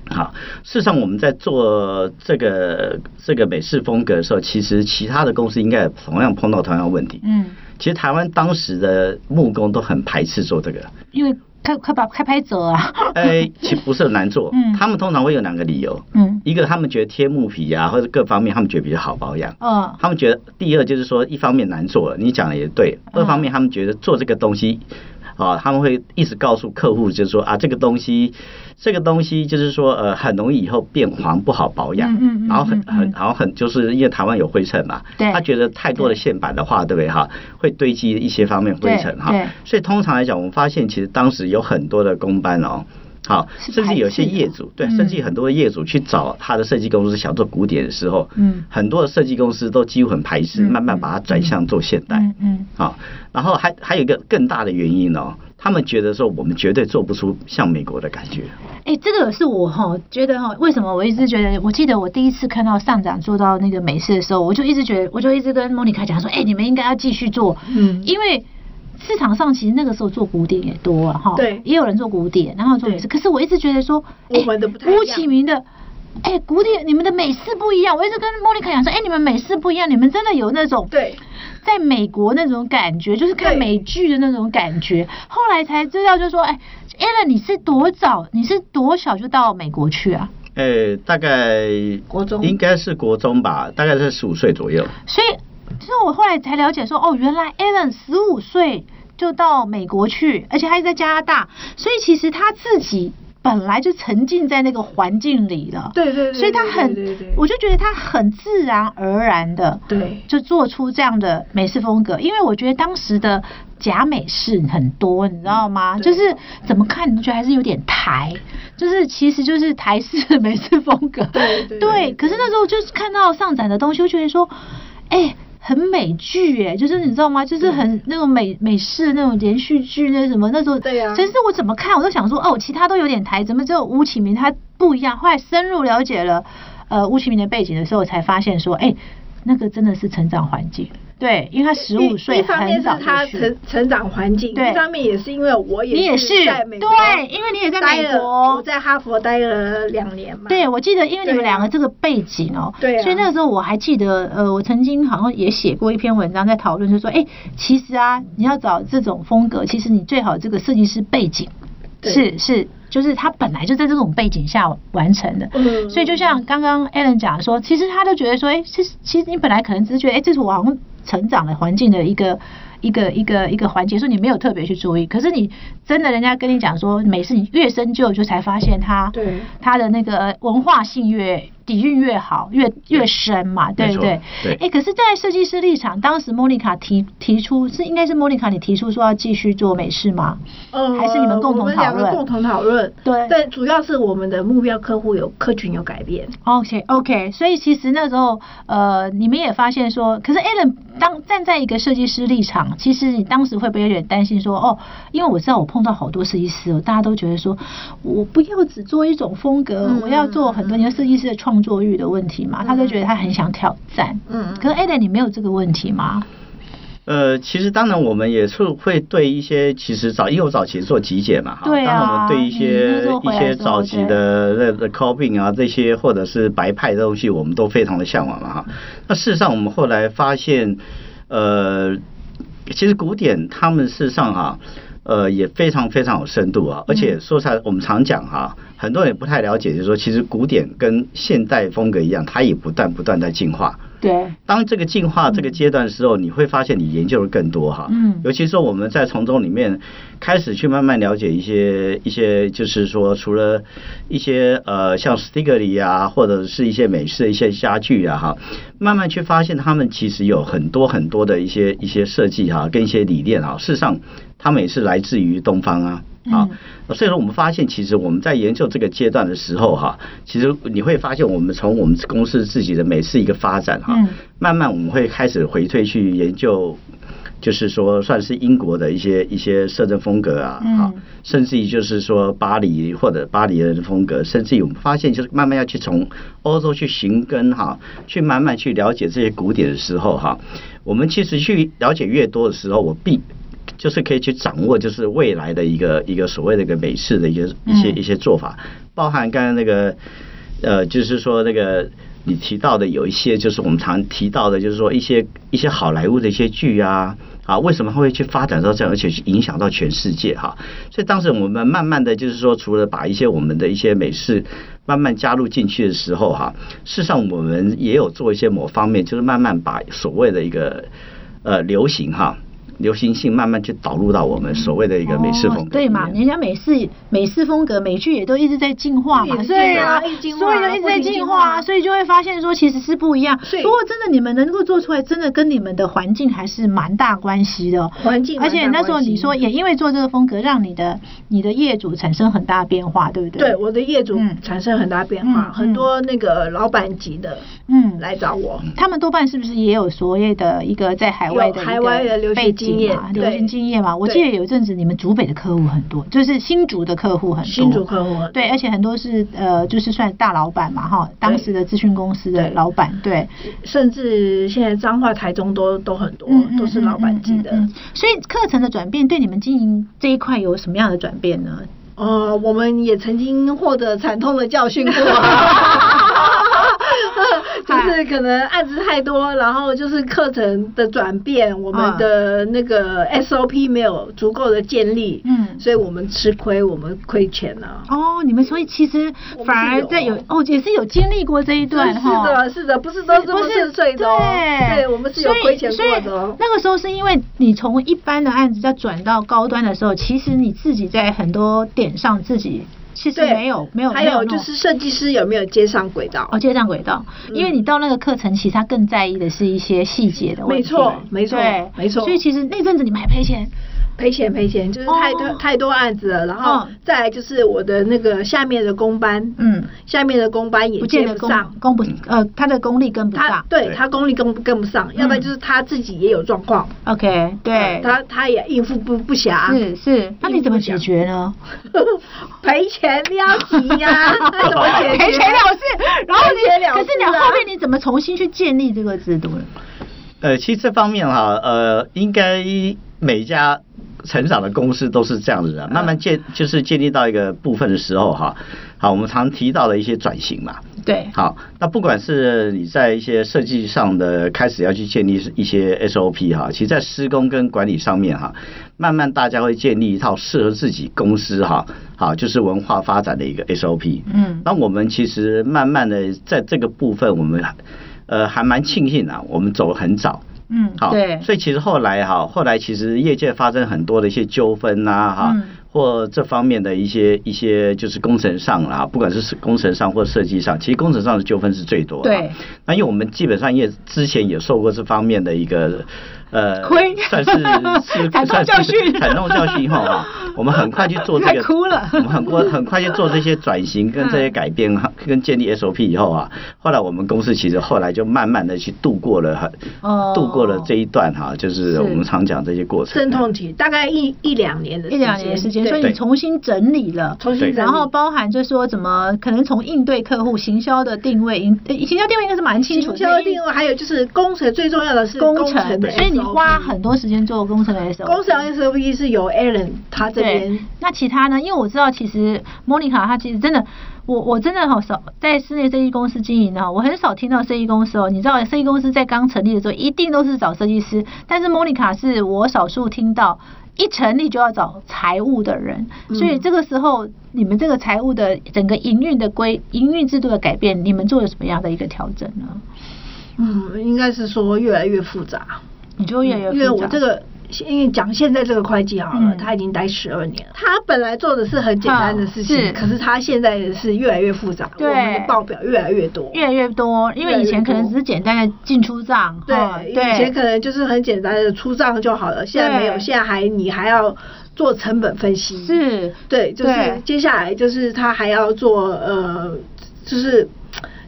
Speaker 4: 好，事实上我们在做这个这个美式风格的时候，其实其他的公司应该也同样碰到同样的问题。
Speaker 1: 嗯，
Speaker 4: 其实台湾当时的木工都很排斥做这个，
Speaker 1: 因为开开把开拍折啊，
Speaker 4: 哎，其实不是很难做，
Speaker 1: 嗯
Speaker 4: 他们通常会有两个理由，
Speaker 1: 嗯
Speaker 4: 一个他们觉得贴木皮啊或者各方面他们觉得比较好保养，
Speaker 1: 呃
Speaker 4: 他们觉得第二就是说一方面难做了，你讲的也对，
Speaker 1: 嗯
Speaker 4: 二方面他们觉得做这个东西。啊，他们会一直告诉客户，就是说啊，这个东西，这个东西就是说，呃，很容易以后变黄，不好保养，
Speaker 1: 嗯嗯嗯
Speaker 4: 然后很
Speaker 1: 嗯嗯
Speaker 4: 很，然后很，就是因为台湾有灰尘嘛，
Speaker 1: 对
Speaker 4: 他觉得太多的线板的话，对不对哈，会堆积一些方面灰尘哈
Speaker 1: 对对，
Speaker 4: 所以通常来讲，我们发现其实当时有很多的工班哦，好，
Speaker 1: 是
Speaker 4: 甚至有些
Speaker 1: 排斥的
Speaker 4: 业主，对，
Speaker 1: 嗯
Speaker 4: 甚至很多业主去找他的设计公司想做古典的时候，
Speaker 1: 嗯
Speaker 4: 很多的设计公司都几乎很排斥，
Speaker 1: 嗯
Speaker 4: 慢慢把它转向做现代。
Speaker 1: 嗯嗯
Speaker 4: 啊，然后还还有一个更大的原因哦，他们觉得说我们绝对做不出像美国的感觉。
Speaker 1: 哎、这个是我哈觉得哈，为什么我一直觉得，我记得我第一次看到上长做到那个美式的时候，我就一直觉得，我就一直跟莫妮卡讲说，哎、你们应该要继续做，
Speaker 3: 嗯
Speaker 1: 因为。市场上其实那个时候做古典也多啊，哈，
Speaker 3: 对
Speaker 1: 也有人做古典，然后做美式，
Speaker 3: 对
Speaker 1: 可是我一直觉得说，哎
Speaker 3: 我们的不太一
Speaker 1: 郭
Speaker 3: 样
Speaker 1: 启明的，哎、古典你们的美式不一样，我一直跟莫妮卡讲说，哎、你们美式不一样，你们真的有那种
Speaker 3: 对，
Speaker 1: 在美国那种感觉，就是看
Speaker 3: 对
Speaker 1: 美剧的那种感觉。后来才知道，就说，哎，Alan，你是多早，你是多小就到美国去啊？
Speaker 4: 呃，大概
Speaker 3: 国中
Speaker 4: 应该是国中吧，大概是十五岁左右。
Speaker 1: 所以，所以我后来才了解说，哦，原来 Alan 十五岁就到美国去，而且还是在加拿大，所以其实他自己。本来就沉浸在那个环境里了，
Speaker 3: 对对对
Speaker 1: 所以他很
Speaker 3: 对对对对，
Speaker 1: 我就觉得他很自然而然的，
Speaker 3: 对
Speaker 1: 就做出这样的美式风格，因为我觉得当时的假美式很多，你知道吗？
Speaker 3: 嗯对
Speaker 1: 就是怎么看你都觉得还是有点台，就是其实就是台式的美式风格。
Speaker 3: 对对对
Speaker 1: 可是那时候就是看到上展的东西，我觉得说，哎、很美剧哎、就是你知道吗？就是很那种美美式那种连续剧那什么那时候，
Speaker 3: 对啊
Speaker 1: 真是我怎么看我都想说哦，其他都有点台，怎么只有吴启明他不一样？后来深入了解了呃吴启明的背景的时候，我才发现说，哎、那个真的是成长环境。对，因为他十五岁
Speaker 3: 一方面
Speaker 1: 很
Speaker 3: 是
Speaker 1: 早就
Speaker 3: 他
Speaker 1: 去
Speaker 3: 成成长环境，
Speaker 1: 对
Speaker 3: 一方面也是因为我也
Speaker 1: 你也是
Speaker 3: 是在美国
Speaker 1: 对因为你也在
Speaker 3: 待
Speaker 1: 美
Speaker 3: 了
Speaker 1: 国
Speaker 3: 我在哈佛待了两年嘛。
Speaker 1: 对，我记得，因为你们
Speaker 3: 对啊
Speaker 1: 两个这个背景哦、
Speaker 3: 对啊
Speaker 1: 所以那个时候我还记得，呃，我曾经好像也写过一篇文章在讨论，就说，哎、其实啊，你要找这种风格，其实你最好这个设计师背景
Speaker 3: 对
Speaker 1: 是是，就是他本来就在这种背景下完成的。
Speaker 3: 嗯
Speaker 1: 所以就像刚刚 Alan 讲的说，其实他都觉得说，哎、其实其实你本来可能只是觉得，哎、这是我好像成长的环境的一个。一个一个一个环节，所以你没有特别去注意，可是你真的人家跟你讲说，每次你越深究，就才发现他
Speaker 3: 对
Speaker 1: 它的那个呃文化性越底蕴越好，越越深嘛，对
Speaker 4: 没
Speaker 1: 不
Speaker 4: 错
Speaker 1: 对？
Speaker 4: 对
Speaker 1: 哎，可是，在设计师立场，当时莫妮卡提提出是应该是莫妮卡你提出说要继续做美式吗？
Speaker 3: 呃，
Speaker 1: 还是你们共
Speaker 3: 我
Speaker 1: 同
Speaker 3: 们
Speaker 1: 讨
Speaker 3: 两个
Speaker 1: 论？
Speaker 3: 共同讨论。
Speaker 1: 对
Speaker 3: 但主要是我们的目标客户有客群有改变。
Speaker 1: OK OK，所以其实那时候呃，你们也发现说，可是 Alan 当站在一个设计师立场，其实你当时会不会有点担心说，哦，因为我知道我碰到好多设计师哦，大家都觉得说我不要只做一种风格，
Speaker 3: 嗯
Speaker 1: 我要做很多。你说设计师的创作欲的问题嘛，他就觉得他很想挑战。
Speaker 3: 嗯
Speaker 1: 可是 Alan 你没有这个问题吗？
Speaker 4: 呃，其实当然我们也是会对一些其实早，因为我早期做极简嘛，哈，
Speaker 1: 对啊嗯
Speaker 4: 当然我们对
Speaker 1: 你
Speaker 4: 一
Speaker 1: 那时
Speaker 4: 些
Speaker 1: 候回
Speaker 4: 一
Speaker 1: 来的
Speaker 4: 些
Speaker 1: 时候
Speaker 4: 早期的那的 copying 啊这些或者是白派的东西，我们都非常的向往嘛，
Speaker 1: 嗯
Speaker 4: 哈。那事实上我们后来发现，呃，其实古典他们事实上哈、呃，也非常非常有深度啊，
Speaker 1: 嗯
Speaker 4: 而且说实在，我们常讲哈、很多人也不太了解，就是说，其实古典跟现代风格一样，它也不断不断在进化。
Speaker 1: 对，
Speaker 4: 当这个进化这个阶段的时候，你会发现你研究的更多哈。
Speaker 1: 嗯
Speaker 4: 尤其是我们在从中里面开始去慢慢了解一些一些，就是说除了一些呃像 Stiggery 啊，或者是一些美式的一些家具啊哈，慢慢去发现他们其实有很多很多的一些一些设计哈、跟一些理念啊，事实上他们也是来自于东方啊。啊，所以说我们发现，其实我们在研究这个阶段的时候、哈，其实你会发现，我们从我们公司自己的每次一个发展哈、
Speaker 1: 嗯
Speaker 4: 慢慢我们会开始回退去研究，就是说算是英国的一些一些摄政风格啊，
Speaker 1: 嗯
Speaker 4: 啊，甚至于就是说巴黎或者巴黎人的风格，甚至于我们发现就是慢慢要去从欧洲去寻根哈、去慢慢去了解这些古典的时候哈、我们其实去了解越多的时候，我必就是可以去掌握，就是未来的一个一个所谓的一个美式的一些一些一些做法，包含刚刚那个呃，就是说那个你提到的有一些，就是我们常提到的，就是说一些一些好莱坞的一些剧啊。啊，为什么会去发展到这样，而且去影响到全世界哈、所以当时我们慢慢的就是说，除了把一些我们的一些美式慢慢加入进去的时候哈、事实上我们也有做一些某方面，就是慢慢把所谓的一个呃流行哈、流行性慢慢去导入到我们所谓的一个美式风格、
Speaker 1: 哦对嘛？人家美式美式风格美剧也都一直在进化嘛，
Speaker 3: 对
Speaker 1: 所以啊，
Speaker 3: 一直进化
Speaker 1: 所以就一直在
Speaker 3: 不停
Speaker 1: 进
Speaker 3: 进
Speaker 1: 化，
Speaker 3: 化
Speaker 1: 所以就会发现说其实是不一样。
Speaker 3: 所以
Speaker 1: 不过真的你们能够做出来，真的跟你们的环境还是蛮大关系的哦。
Speaker 3: 环境
Speaker 1: 而
Speaker 3: 蛮大关系，
Speaker 1: 且那时候你说也因为做这个风格，让你的你的业主产生很大变化，对不对？
Speaker 3: 对，我的业主
Speaker 1: 嗯
Speaker 3: 产生很大变化，
Speaker 1: 嗯
Speaker 3: 很多那个老板级的
Speaker 1: 嗯，
Speaker 3: 来找我，
Speaker 1: 他们多半是不是也有所谓的一个在海外的
Speaker 3: 有
Speaker 1: 一
Speaker 3: 海外的
Speaker 1: 个
Speaker 3: 留学
Speaker 1: 背
Speaker 3: 经
Speaker 1: 景
Speaker 3: 验
Speaker 1: 嘛，
Speaker 3: 对
Speaker 1: 留学经验嘛？我
Speaker 3: 对
Speaker 1: 记得有一阵子你们竹北的客户很多，就是新竹的客户很多，
Speaker 3: 新竹客户
Speaker 1: 对，而且很多是呃，就是算大老板嘛哈，当时的咨询公司的
Speaker 3: 对
Speaker 1: 老板，对，
Speaker 3: 甚至现在彰化、台中都都很多，都是老板级的。
Speaker 1: 嗯嗯嗯嗯嗯所以课程的转变对你们经营这一块有什么样的转变呢？
Speaker 3: 哦，我们也曾经获得惨痛的 教训过。 就是可能案子太多，然后就是课程的转变，我们的那个 SOP 没有足够的建立，
Speaker 1: 嗯
Speaker 3: 所以我们吃亏，我们亏钱啊了。
Speaker 1: 哦，你们所以其实
Speaker 3: 我们是
Speaker 1: 反而在有
Speaker 3: 有
Speaker 1: 哦，也是有经历过这一段
Speaker 3: 哦是
Speaker 1: 哈。
Speaker 3: 的，是的，不是都这么顺遂的哦。
Speaker 1: 对，
Speaker 3: 对，我们是有亏钱
Speaker 1: 所以
Speaker 3: 过
Speaker 1: 所
Speaker 3: 的
Speaker 1: 以
Speaker 3: 哦。
Speaker 1: 那个时候是因为你从一般的案子再转到高端的时候，其实你自己在很多点上自己其实
Speaker 3: 对
Speaker 1: 没有没有
Speaker 3: 还
Speaker 1: 没有
Speaker 3: 有
Speaker 1: 那
Speaker 3: 就
Speaker 1: 种
Speaker 3: 是设计师有没有接上轨道？
Speaker 1: 哦，接上轨道，
Speaker 3: 嗯
Speaker 1: 因为你到那个课程，其实他更在意的是一些细节的问题
Speaker 3: 没错没错
Speaker 1: 对
Speaker 3: 没错
Speaker 1: 所以其实那阵子你们还赔钱，
Speaker 3: 赔钱赔钱，就是太多、
Speaker 1: 哦
Speaker 3: 太多案子了，然后
Speaker 1: 嗯
Speaker 3: 再来就是我的那个下面的公班，
Speaker 1: 嗯，
Speaker 3: 下面的公班也
Speaker 1: 不
Speaker 3: 接
Speaker 1: 见得
Speaker 3: 不
Speaker 1: 供
Speaker 3: 上，
Speaker 1: 供不呃，他的功力跟不
Speaker 3: 他
Speaker 1: 上。
Speaker 3: 对
Speaker 4: 对
Speaker 3: 他功力跟不跟不上，要不然就是他自己也有状况，
Speaker 1: OK，对
Speaker 3: 呃，他他也应付不不暇，
Speaker 1: 是是，那你怎么解决呢？
Speaker 3: 赔钱不啊要急 呀， 那怎么解决？
Speaker 1: 赔钱了事，然后
Speaker 3: 赔钱
Speaker 1: 你
Speaker 3: 了
Speaker 1: 可
Speaker 3: 事
Speaker 1: 是你
Speaker 3: 啊
Speaker 1: 后面你怎么重新去建立这个制度呢？
Speaker 4: 呃，其实这方面哈，呃，应该每一家成长的公司都是这样子的，慢慢建就是建立到一个部分的时候哈，好，我们常提到的一些转型嘛，
Speaker 1: 对，
Speaker 4: 好，那不管是你在一些设计上的开始要去建立一些 SOP 哈，其实在施工跟管理上面哈，慢慢大家会建立一套适合自己公司哈，好就是文化发展的一个 SOP。
Speaker 1: 嗯
Speaker 4: 那我们其实慢慢的在这个部分，我们呃还蛮庆幸啊，我们走得很早。
Speaker 1: 嗯，
Speaker 4: 好，
Speaker 1: 对，
Speaker 4: 所以其实后来哈，后来其实业界发生很多的一些纠纷呐，哈、
Speaker 1: 嗯
Speaker 4: 或这方面的一些一些就是工程上啦，不管是工程上或设计上，其实工程上的纠纷是最多的。
Speaker 1: 对，
Speaker 4: 那因为我们基本上也之前也受过这方面的一个呃
Speaker 1: 亏
Speaker 4: 算是是
Speaker 1: 惨痛
Speaker 4: 算是
Speaker 1: 教训
Speaker 4: 惨痛教训以后 哈，我们很快去做这
Speaker 1: 快
Speaker 4: 个，
Speaker 1: 哭 了
Speaker 4: 我们很快很快去做这些转型跟这些改变哈，跟建立 SOP 以后啊，后来我们公司其实后来就慢慢的去度过了很
Speaker 1: 哦
Speaker 4: 度过了这一段哈，就是
Speaker 1: 是
Speaker 4: 我们常讲这些过程。呃
Speaker 3: 阵痛期大概一一两年的
Speaker 1: 哦一两年的时间，
Speaker 3: 对
Speaker 1: 所以你重新整理了。
Speaker 3: 重新
Speaker 4: 对
Speaker 3: 整理
Speaker 1: 然后包含就说怎么可能从应对客户、行销的定位，营呃行销定位应该是蛮清楚
Speaker 3: 行
Speaker 1: 的，
Speaker 3: 销定位还有就是工程最重要的是
Speaker 1: 工
Speaker 3: 程
Speaker 1: 程，
Speaker 3: 的 SOP，
Speaker 1: 所以你花很多时间做工程的 SOP。
Speaker 3: 工程 SOP 是由 Alan 他这
Speaker 1: 对
Speaker 3: 边，
Speaker 1: 那其他呢？因为我知道，其实 Monica 她其实真的，我我真的好少在室内设计公司经营啊，我很少听到设计公司哦。你知道，设计公司在刚成立的时候，一定都是找设计师，但是 Monica 是我少数听到。一成立就要找财务的人，所以这个时候你们这个财务的整个营运的规营运制度的改变，你们做了什么样的一个调整呢？
Speaker 3: 嗯，应该是说越来越复杂。
Speaker 1: 你就越来越
Speaker 3: 因为
Speaker 1: 复
Speaker 3: 我
Speaker 1: 杂
Speaker 3: 这个，因为讲现在这个会计好了，
Speaker 1: 嗯
Speaker 3: 他已经待十二年了。他本来做的是很简单的事情，
Speaker 1: 嗯是
Speaker 3: 可是他现在是越来越复杂，
Speaker 1: 对
Speaker 3: 我们的报表越来越多。
Speaker 1: 越来越多，因为以前可能只是简单的进出账，
Speaker 3: 对
Speaker 1: 哈，
Speaker 3: 以
Speaker 1: 哦对
Speaker 3: 前可能就是很简单的出账就好了，现在没有，
Speaker 1: 对
Speaker 3: 现在还你还要做成本分析。，
Speaker 1: 是
Speaker 3: 对，就是
Speaker 1: 对
Speaker 3: 接下来就是他还要做呃，就是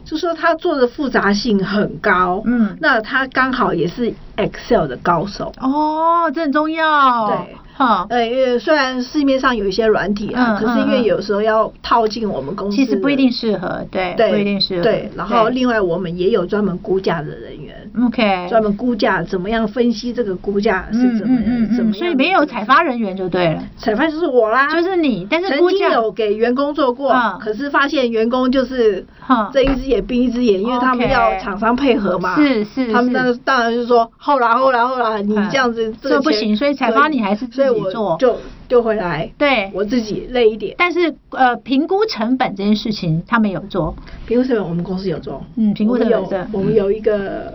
Speaker 3: 就说他做的复杂性很高。
Speaker 1: 嗯
Speaker 3: 那他刚好也是 Excel 的高手。
Speaker 1: 哦，这很重要。
Speaker 3: 对，
Speaker 1: 哈，
Speaker 3: 呃，因为虽然市面上有一些软体
Speaker 1: 嗯
Speaker 3: 啊，可是因
Speaker 1: 嗯嗯
Speaker 3: 为有时候要套进我们公司的，
Speaker 1: 其实不一定适合，对，
Speaker 3: 对，
Speaker 1: 不一定适合。
Speaker 3: 对，然后另外我们也有专门估价的人员，
Speaker 1: 嗯 OK，
Speaker 3: 专门估价怎么样分析这个估价是怎么样、
Speaker 1: 嗯嗯嗯
Speaker 3: 怎
Speaker 1: 嗯
Speaker 3: 么
Speaker 1: 嗯，
Speaker 3: 样，
Speaker 1: 所以没有采发人员就对了，
Speaker 3: 采发就是我啦，
Speaker 1: 就是你，但是
Speaker 3: 曾
Speaker 1: 估
Speaker 3: 经
Speaker 1: 价，
Speaker 3: 有给员工做过，
Speaker 1: 嗯
Speaker 3: 可是发现员工就是
Speaker 1: 哼
Speaker 3: 睁一只眼闭一只眼，因为他们
Speaker 1: OK
Speaker 3: 要厂商配合嘛。
Speaker 1: 是是
Speaker 3: 他们当
Speaker 1: 是
Speaker 3: 当然就是说后啦后啦后啦，你这样子
Speaker 1: 嗯
Speaker 3: 这个
Speaker 1: 这不
Speaker 3: 钱
Speaker 1: 行所以采发你还是自己
Speaker 3: 所以我
Speaker 1: 做
Speaker 3: 就就回来，
Speaker 1: 对
Speaker 3: 我自己累一点。
Speaker 1: 但是呃，评估成本这件事情他们有做，
Speaker 3: 评估成本我们公司有做，
Speaker 1: 嗯评估
Speaker 3: 我们
Speaker 1: 成本
Speaker 3: 有
Speaker 1: 是
Speaker 3: 我们有一个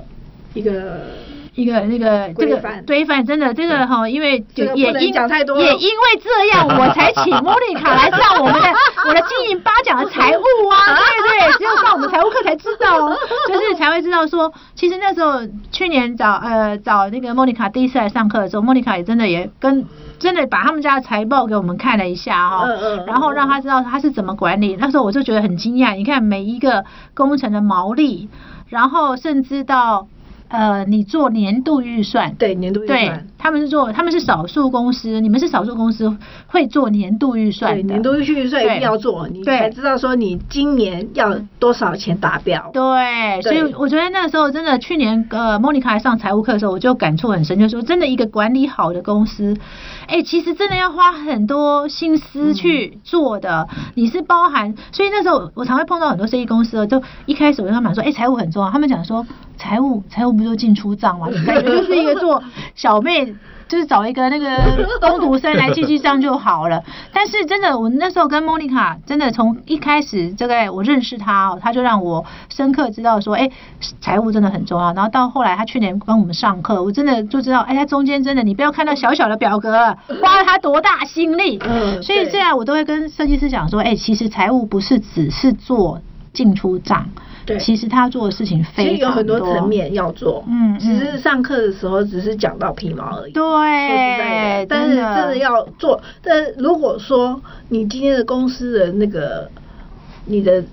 Speaker 3: 一个。
Speaker 1: 一个那个这
Speaker 3: 规
Speaker 1: 个
Speaker 3: 范
Speaker 1: 规范真的这个哈，因为
Speaker 3: 这个
Speaker 1: 也
Speaker 3: 不能
Speaker 1: 因
Speaker 3: 讲太多
Speaker 1: 也因为这样，我才请莫妮 卡来上我们的我的经营八讲的财务 啊，对对，只有上我们财务课才知道哦，就是才会知道说，其实那时候去年找呃找那个莫妮卡第一次来上课的时候，莫妮卡也真的也跟真的把他们家的财报给我们看了一下哈、
Speaker 3: 嗯嗯嗯
Speaker 1: 然后让他知道他是怎么管理。那时候我就觉得很惊讶，你看每一个工程的毛利，然后甚至到呃你做年度预算，
Speaker 3: 对年度预
Speaker 1: 对
Speaker 3: 算，
Speaker 1: 他们是做，他们是少数公司，你们是少数公司会做年度预算
Speaker 3: 对
Speaker 1: 的，
Speaker 3: 年度预算一
Speaker 1: 对
Speaker 3: 定要做，你
Speaker 1: 对嗯
Speaker 3: 才知道说你今年要多少钱达标。
Speaker 1: 对，所以
Speaker 3: 对
Speaker 1: 我觉得那时候真的，去年呃，莫妮卡上财务课的时候，我就感触很深，就是说真的，一个管理好的公司，哎，其实真的要花很多心思去做的。你是包含，所以那时候我常会碰到很多生意公司哦，都一开始我跟他们讲说，哎，财务很重要，他们讲说财务财务不就进出账吗？感觉就是一个做小妹。就是找一个那个工读生来记记账就好了。 但是真的，我那时候跟莫妮卡真的从一开始，这个我认识她哦，她就让我深刻知道说，哎、财务真的很重要。然后到后来，她去年帮我们上课，我真的就知道，哎、她中间真的，你不要看到小小的表格，花了她多大心力。
Speaker 3: 嗯
Speaker 1: 所以
Speaker 3: 对
Speaker 1: 这样我都会跟设计师讲说，哎、其实财务不是只是做进出账，
Speaker 3: 对
Speaker 1: 其实他做的事情非
Speaker 3: 其
Speaker 1: 常
Speaker 3: 实有很多层。面要做，
Speaker 1: 嗯嗯
Speaker 3: 只是上课的时候只是讲到皮毛而已。说实
Speaker 1: 对
Speaker 3: 在的，但是真的要做。但是如果说你今天的公司的那个，你的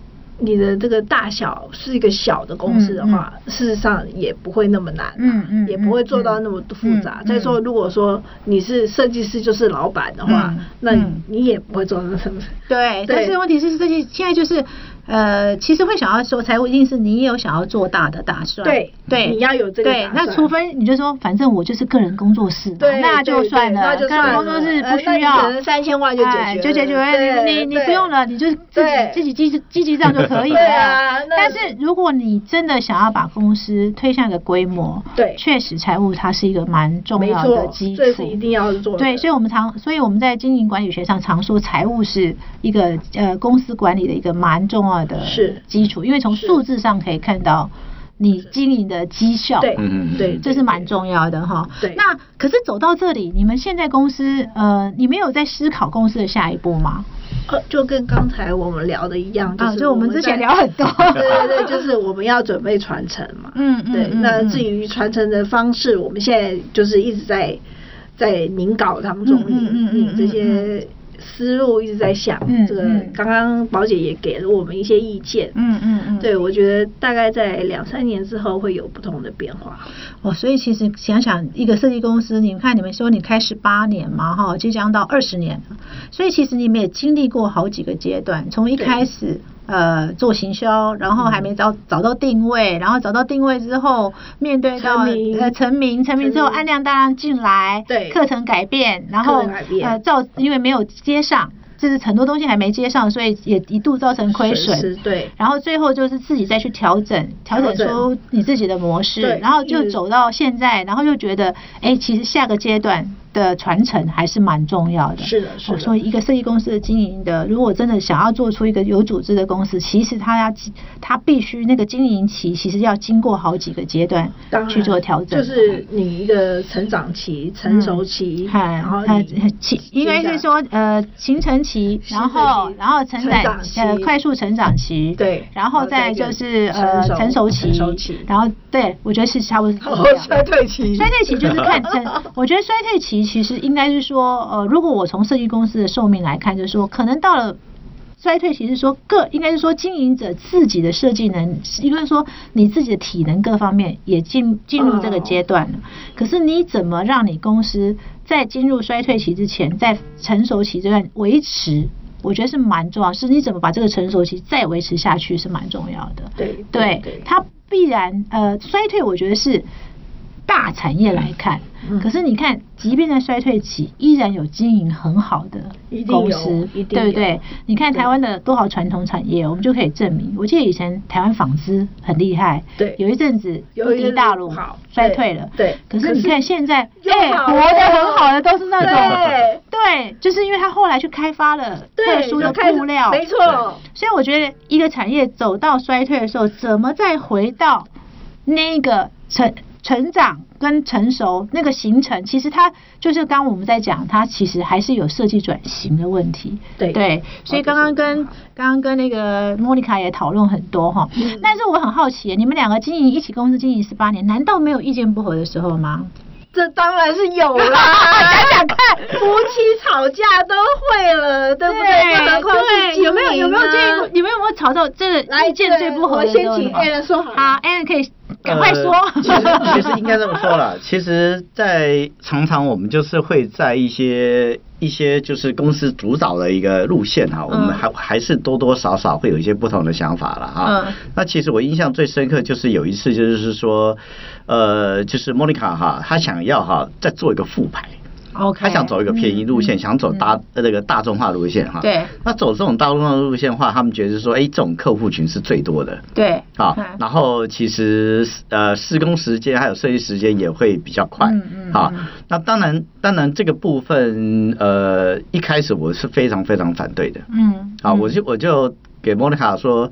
Speaker 3: 你的这个大小是一个小的公司的话，事实上也不会那么难、啊，
Speaker 1: 嗯嗯
Speaker 3: 也不会做到那么复杂。
Speaker 1: 嗯嗯
Speaker 3: 再说，如果说你是设计师就是老板的话，
Speaker 1: 嗯
Speaker 3: 那
Speaker 1: 嗯
Speaker 3: 你也不会做到什么。
Speaker 1: 对，
Speaker 3: 对
Speaker 1: 但是问题是这些现在就是，呃，其实会想要说财务一定是你也有想要做大的打算，
Speaker 3: 对
Speaker 1: 对，
Speaker 3: 你要有这个
Speaker 1: 对
Speaker 3: 打，算
Speaker 1: 那除非你就说，反正我就是个人工作室嘛，
Speaker 3: 对
Speaker 1: 那
Speaker 3: 对
Speaker 1: 就算了，
Speaker 3: 对那就
Speaker 1: 个
Speaker 3: 算
Speaker 1: 人
Speaker 3: 了
Speaker 1: 工作室
Speaker 3: 呃
Speaker 1: 不
Speaker 3: 那
Speaker 1: 需
Speaker 3: 你
Speaker 1: 要
Speaker 3: 可能3000万就解决
Speaker 1: 哎就解决
Speaker 3: 了
Speaker 1: 你
Speaker 3: 对
Speaker 1: 你
Speaker 3: 对
Speaker 1: 不用了，你就自己
Speaker 3: 对
Speaker 1: 自己积积极账就可以了。
Speaker 3: 对啊那
Speaker 1: 但是如果你真的想要把公司推向一个规模，
Speaker 3: 对
Speaker 1: 确实财务它是一个蛮重
Speaker 3: 没
Speaker 1: 要的
Speaker 3: 错
Speaker 1: 基，础，
Speaker 3: 这是一定要做的。
Speaker 1: 对，所以我们常，所以我们在经营管理学上常说，财务是一个呃公司管理的一个蛮重要的
Speaker 3: 是
Speaker 1: 基础，因为从
Speaker 3: 是
Speaker 1: 数字上可以看到你经营的绩效。
Speaker 3: 对
Speaker 4: 嗯嗯嗯
Speaker 3: 对，
Speaker 1: 这是蛮重要的哈。
Speaker 3: 对
Speaker 1: 那可是走到这里，你们现在公司呃，你们有在思考公司的下一步吗？
Speaker 3: 呃，就跟刚才我们聊的一样，就
Speaker 1: 啊，
Speaker 3: 是
Speaker 1: 就我们之
Speaker 3: 在
Speaker 1: 前聊很多。
Speaker 3: 对 对对，就是我们要准备传承嘛。
Speaker 1: 嗯嗯
Speaker 3: 对，
Speaker 1: 嗯
Speaker 3: 那
Speaker 1: 嗯
Speaker 3: 至于传承的方式，我们现在就是一直在在凝稿当中，
Speaker 1: 嗯嗯嗯嗯
Speaker 3: 凝凝这
Speaker 1: 嗯
Speaker 3: 些思路一直在想
Speaker 1: 嗯。
Speaker 3: 这个
Speaker 1: 嗯
Speaker 3: 刚刚宝姐也给了我们一些意见。
Speaker 1: 嗯嗯嗯，
Speaker 3: 对，我觉得大概在两三年之后会有不同的变化。
Speaker 1: 哦，所以其实想想，一个设计公司，你们看你们说你开十八年嘛，哈，即将到二十年了，所以其实你们也经历过好几个阶段，从一
Speaker 3: 对
Speaker 1: 开始呃做行销，然后还没找找到定位，然后找到定位之后，面对到
Speaker 3: 嗯成名
Speaker 1: 呃成名，成名之后
Speaker 3: 成名
Speaker 1: 按量大量进来，
Speaker 3: 对
Speaker 1: 课程改变，然
Speaker 3: 课
Speaker 1: 后
Speaker 3: 程改变
Speaker 1: 呃造因为没有接上，就是很多东西还没接上，所以也一度造成亏损，
Speaker 3: 损失对
Speaker 1: 然后最后就是自己再去调整，调整
Speaker 3: 调整
Speaker 1: 出你自己的模式，
Speaker 3: 对
Speaker 1: 然后就
Speaker 3: 嗯
Speaker 1: 走到现在，然后又觉得，哎，其实下个阶段的传承还是蛮重要的。
Speaker 3: 是的是
Speaker 1: 哦
Speaker 3: 的
Speaker 1: 所以一个设计公司的经营的，如果真的想要做出一个有组织的公司，其实它要它必须那个经营期，其实要经过好几个阶段
Speaker 3: 当然
Speaker 1: 去做调整。嗯
Speaker 3: 就是你一个成长期、成熟期，
Speaker 1: 嗨，
Speaker 3: 然后
Speaker 1: 它
Speaker 3: 你
Speaker 1: 形嗯应该是
Speaker 3: 成长
Speaker 1: 说呃形成期，
Speaker 3: 形成
Speaker 1: 然后
Speaker 3: 期
Speaker 1: 然后成
Speaker 3: 成
Speaker 1: 长
Speaker 3: 长
Speaker 1: 呃
Speaker 3: 期
Speaker 1: 快速成长期，
Speaker 3: 对
Speaker 1: 然后
Speaker 3: 然后再
Speaker 1: 再
Speaker 3: 一
Speaker 1: 就
Speaker 3: 个
Speaker 1: 是呃成
Speaker 3: 成熟
Speaker 1: 熟期
Speaker 3: 成熟期，哦
Speaker 1: 然后对我觉得是差不多
Speaker 3: 然
Speaker 1: 是
Speaker 3: 后
Speaker 1: 这样。
Speaker 3: 衰退期，
Speaker 1: 衰退期就是看成，我觉得衰退期其实应该是说，呃，如果我从设计公司的寿命来看，就是说可能到了衰退其实说各应该是说经营者自己的设计能，也就是说你自己的体能各方面也进进入这个阶段了。可是你怎么让你公司在进入衰退期之前，在成熟期这段维持？我觉得是蛮重要，是你怎么把这个成熟期再维持下去是蛮重要的。
Speaker 3: 对
Speaker 1: 对，
Speaker 3: 对，
Speaker 1: 它必然呃衰退，我觉得是大产业来看。
Speaker 3: 嗯
Speaker 1: 可是你看，即便在衰退期，依然有经营很好的
Speaker 3: 一定
Speaker 1: 公
Speaker 3: 有
Speaker 1: 司，
Speaker 3: 一定
Speaker 1: 对不对
Speaker 3: 有？
Speaker 1: 你看
Speaker 3: 对
Speaker 1: 台湾的多少传统产业，我们就可以证明。我记得以前台湾纺织很厉害，
Speaker 3: 对
Speaker 1: 有一阵子
Speaker 3: 有一
Speaker 1: 一地
Speaker 3: 阵子
Speaker 1: 大
Speaker 3: 不
Speaker 1: 陆
Speaker 3: 好
Speaker 1: 衰
Speaker 3: 对
Speaker 1: 退了，
Speaker 3: 对
Speaker 1: 可是
Speaker 3: 可
Speaker 1: 你
Speaker 3: 是
Speaker 1: 看现在，
Speaker 3: 又
Speaker 1: 哎，
Speaker 3: 好
Speaker 1: 活
Speaker 3: 了
Speaker 1: 得很好的都是那种。
Speaker 3: 对
Speaker 1: 对，就是因为他后来去开发了特
Speaker 3: 对，
Speaker 1: 殊的
Speaker 3: 就开始
Speaker 1: 布料，
Speaker 3: 没错，
Speaker 1: 所以我觉得一个产业走到衰退的时候，怎么再回到那个成成长跟成熟那个形成，其实它就是刚我们在讲，它其实还是有设计转型的问题。
Speaker 3: 对
Speaker 1: 对，所以刚刚跟刚刚跟那个莫妮卡也讨论很多哈，
Speaker 3: 嗯
Speaker 1: 但是我很好奇，你们两个经营一起公司经营十八年，难道没有意见不合的时候吗？
Speaker 3: 这当然是 有啦，想想看，夫妻吵架都会了，对不对？更何况是
Speaker 1: 对，有没有有没有
Speaker 3: 经
Speaker 1: 建
Speaker 3: 营啊
Speaker 1: 议？你们有没有吵到这个
Speaker 3: 来
Speaker 1: 意见最不合
Speaker 3: 我
Speaker 1: 的时
Speaker 3: 先
Speaker 1: 候是
Speaker 3: 请
Speaker 1: 什么？
Speaker 3: Alan 说好了。
Speaker 1: 好 a n 可以赶快说。
Speaker 4: 呃其实 其实应该这么说啦， 其实，在常常我们就是会在一些一些就是公司主导的一个路线
Speaker 1: 嗯
Speaker 4: 哈，我们还还是多多少少会有一些不同的想法了哈。
Speaker 1: 嗯
Speaker 4: 那其实我印象最深刻就是有一次就是说，呃，就是 Monica 哈，她想要哈再做一个复牌。
Speaker 1: OK，
Speaker 4: 他想走一个便宜路线，
Speaker 1: 嗯
Speaker 4: 想走大呃那个大众化路线哈。
Speaker 1: 对。
Speaker 4: 那走这种大众化路线的话，他们觉得说，哎，这种客户群是最多的。
Speaker 1: 对
Speaker 4: 啊
Speaker 1: 嗯，
Speaker 4: 然后其实呃施工时间还有设计时间也会比较快，
Speaker 1: 嗯嗯
Speaker 4: 啊
Speaker 1: 嗯，
Speaker 4: 那当然当然这个部分呃一开始我是非常非常反对的，
Speaker 1: 嗯
Speaker 4: 啊，我就我就给莫妮卡说，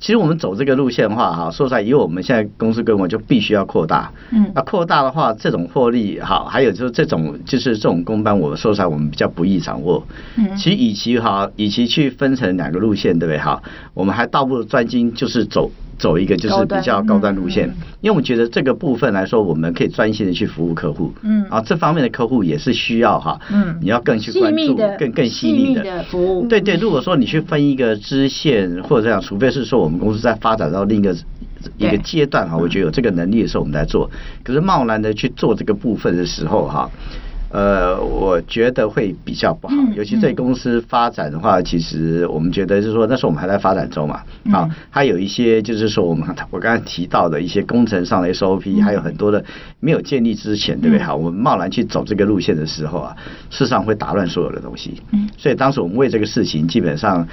Speaker 4: 其实我们走这个路线的话，哈，说实在，以我们现在公司规模就必须要扩大。
Speaker 1: 嗯
Speaker 4: 那扩大的话，这种获利好，还有就是这种就是这种公班，我说实在，我们比较不易掌握。
Speaker 1: 嗯
Speaker 4: 其实与其哈，与其去分成两个路线，对不对？哈，我们还倒不如专精，就是走走一个就是比较
Speaker 1: 高端
Speaker 4: 高端路线，
Speaker 1: 嗯嗯
Speaker 4: 因为我觉得这个部分来说，我们可以专心的去服务客户。
Speaker 1: 嗯
Speaker 4: 啊，这方面的客户也是需要哈，
Speaker 1: 嗯
Speaker 4: 你要更去
Speaker 1: 细
Speaker 4: 关
Speaker 1: 密
Speaker 4: 注
Speaker 1: 的，
Speaker 4: 更更细
Speaker 1: 细
Speaker 4: 腻
Speaker 1: 密
Speaker 4: 的
Speaker 1: 的服务
Speaker 4: 对对，如果说你去分一个支线或者这样，除非是说我们公司在发展到另一个一个
Speaker 1: 对嗯
Speaker 4: 阶段哈，我觉得有这个能力的时候我们来做。可是贸然的去做这个部分的时候哈，呃，我觉得会比较不好
Speaker 1: 嗯，
Speaker 4: 尤其对
Speaker 1: 嗯
Speaker 4: 公司发展的话，其实我们觉得是说那时候我们还在发展中嘛，啊
Speaker 1: 嗯，
Speaker 4: 还有一些就是说我们我刚才提到的一些工程上的
Speaker 1: 嗯
Speaker 4: SOP，还有很多的没有建立之前，对不对？哈，我们贸然去走这个路线的时候啊，事实上会打乱所有的东西。
Speaker 1: 嗯
Speaker 4: 所以当时我们为这个事情，基本上，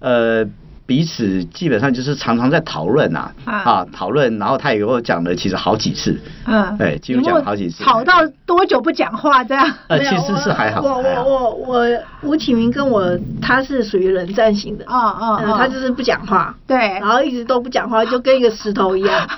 Speaker 4: 呃，彼此基本上就是常常在讨论啊，
Speaker 1: 啊
Speaker 4: 啊，讨论，然后他也给我讲了，其实好几次，
Speaker 1: 嗯，
Speaker 4: 哎几乎讲了好几次
Speaker 1: 吵到多久不讲话这样？
Speaker 4: 呃，
Speaker 3: 没
Speaker 4: 其
Speaker 3: 有
Speaker 4: 实是还好，
Speaker 3: 我
Speaker 4: 还
Speaker 3: 我
Speaker 4: 好。
Speaker 3: 我我吴启明跟我他是属于冷战型的，
Speaker 1: 哦哦
Speaker 3: 呃
Speaker 1: 哦
Speaker 3: 他就是不讲话，
Speaker 1: 对
Speaker 3: 然，后一直都不讲话，就跟一个石头一样。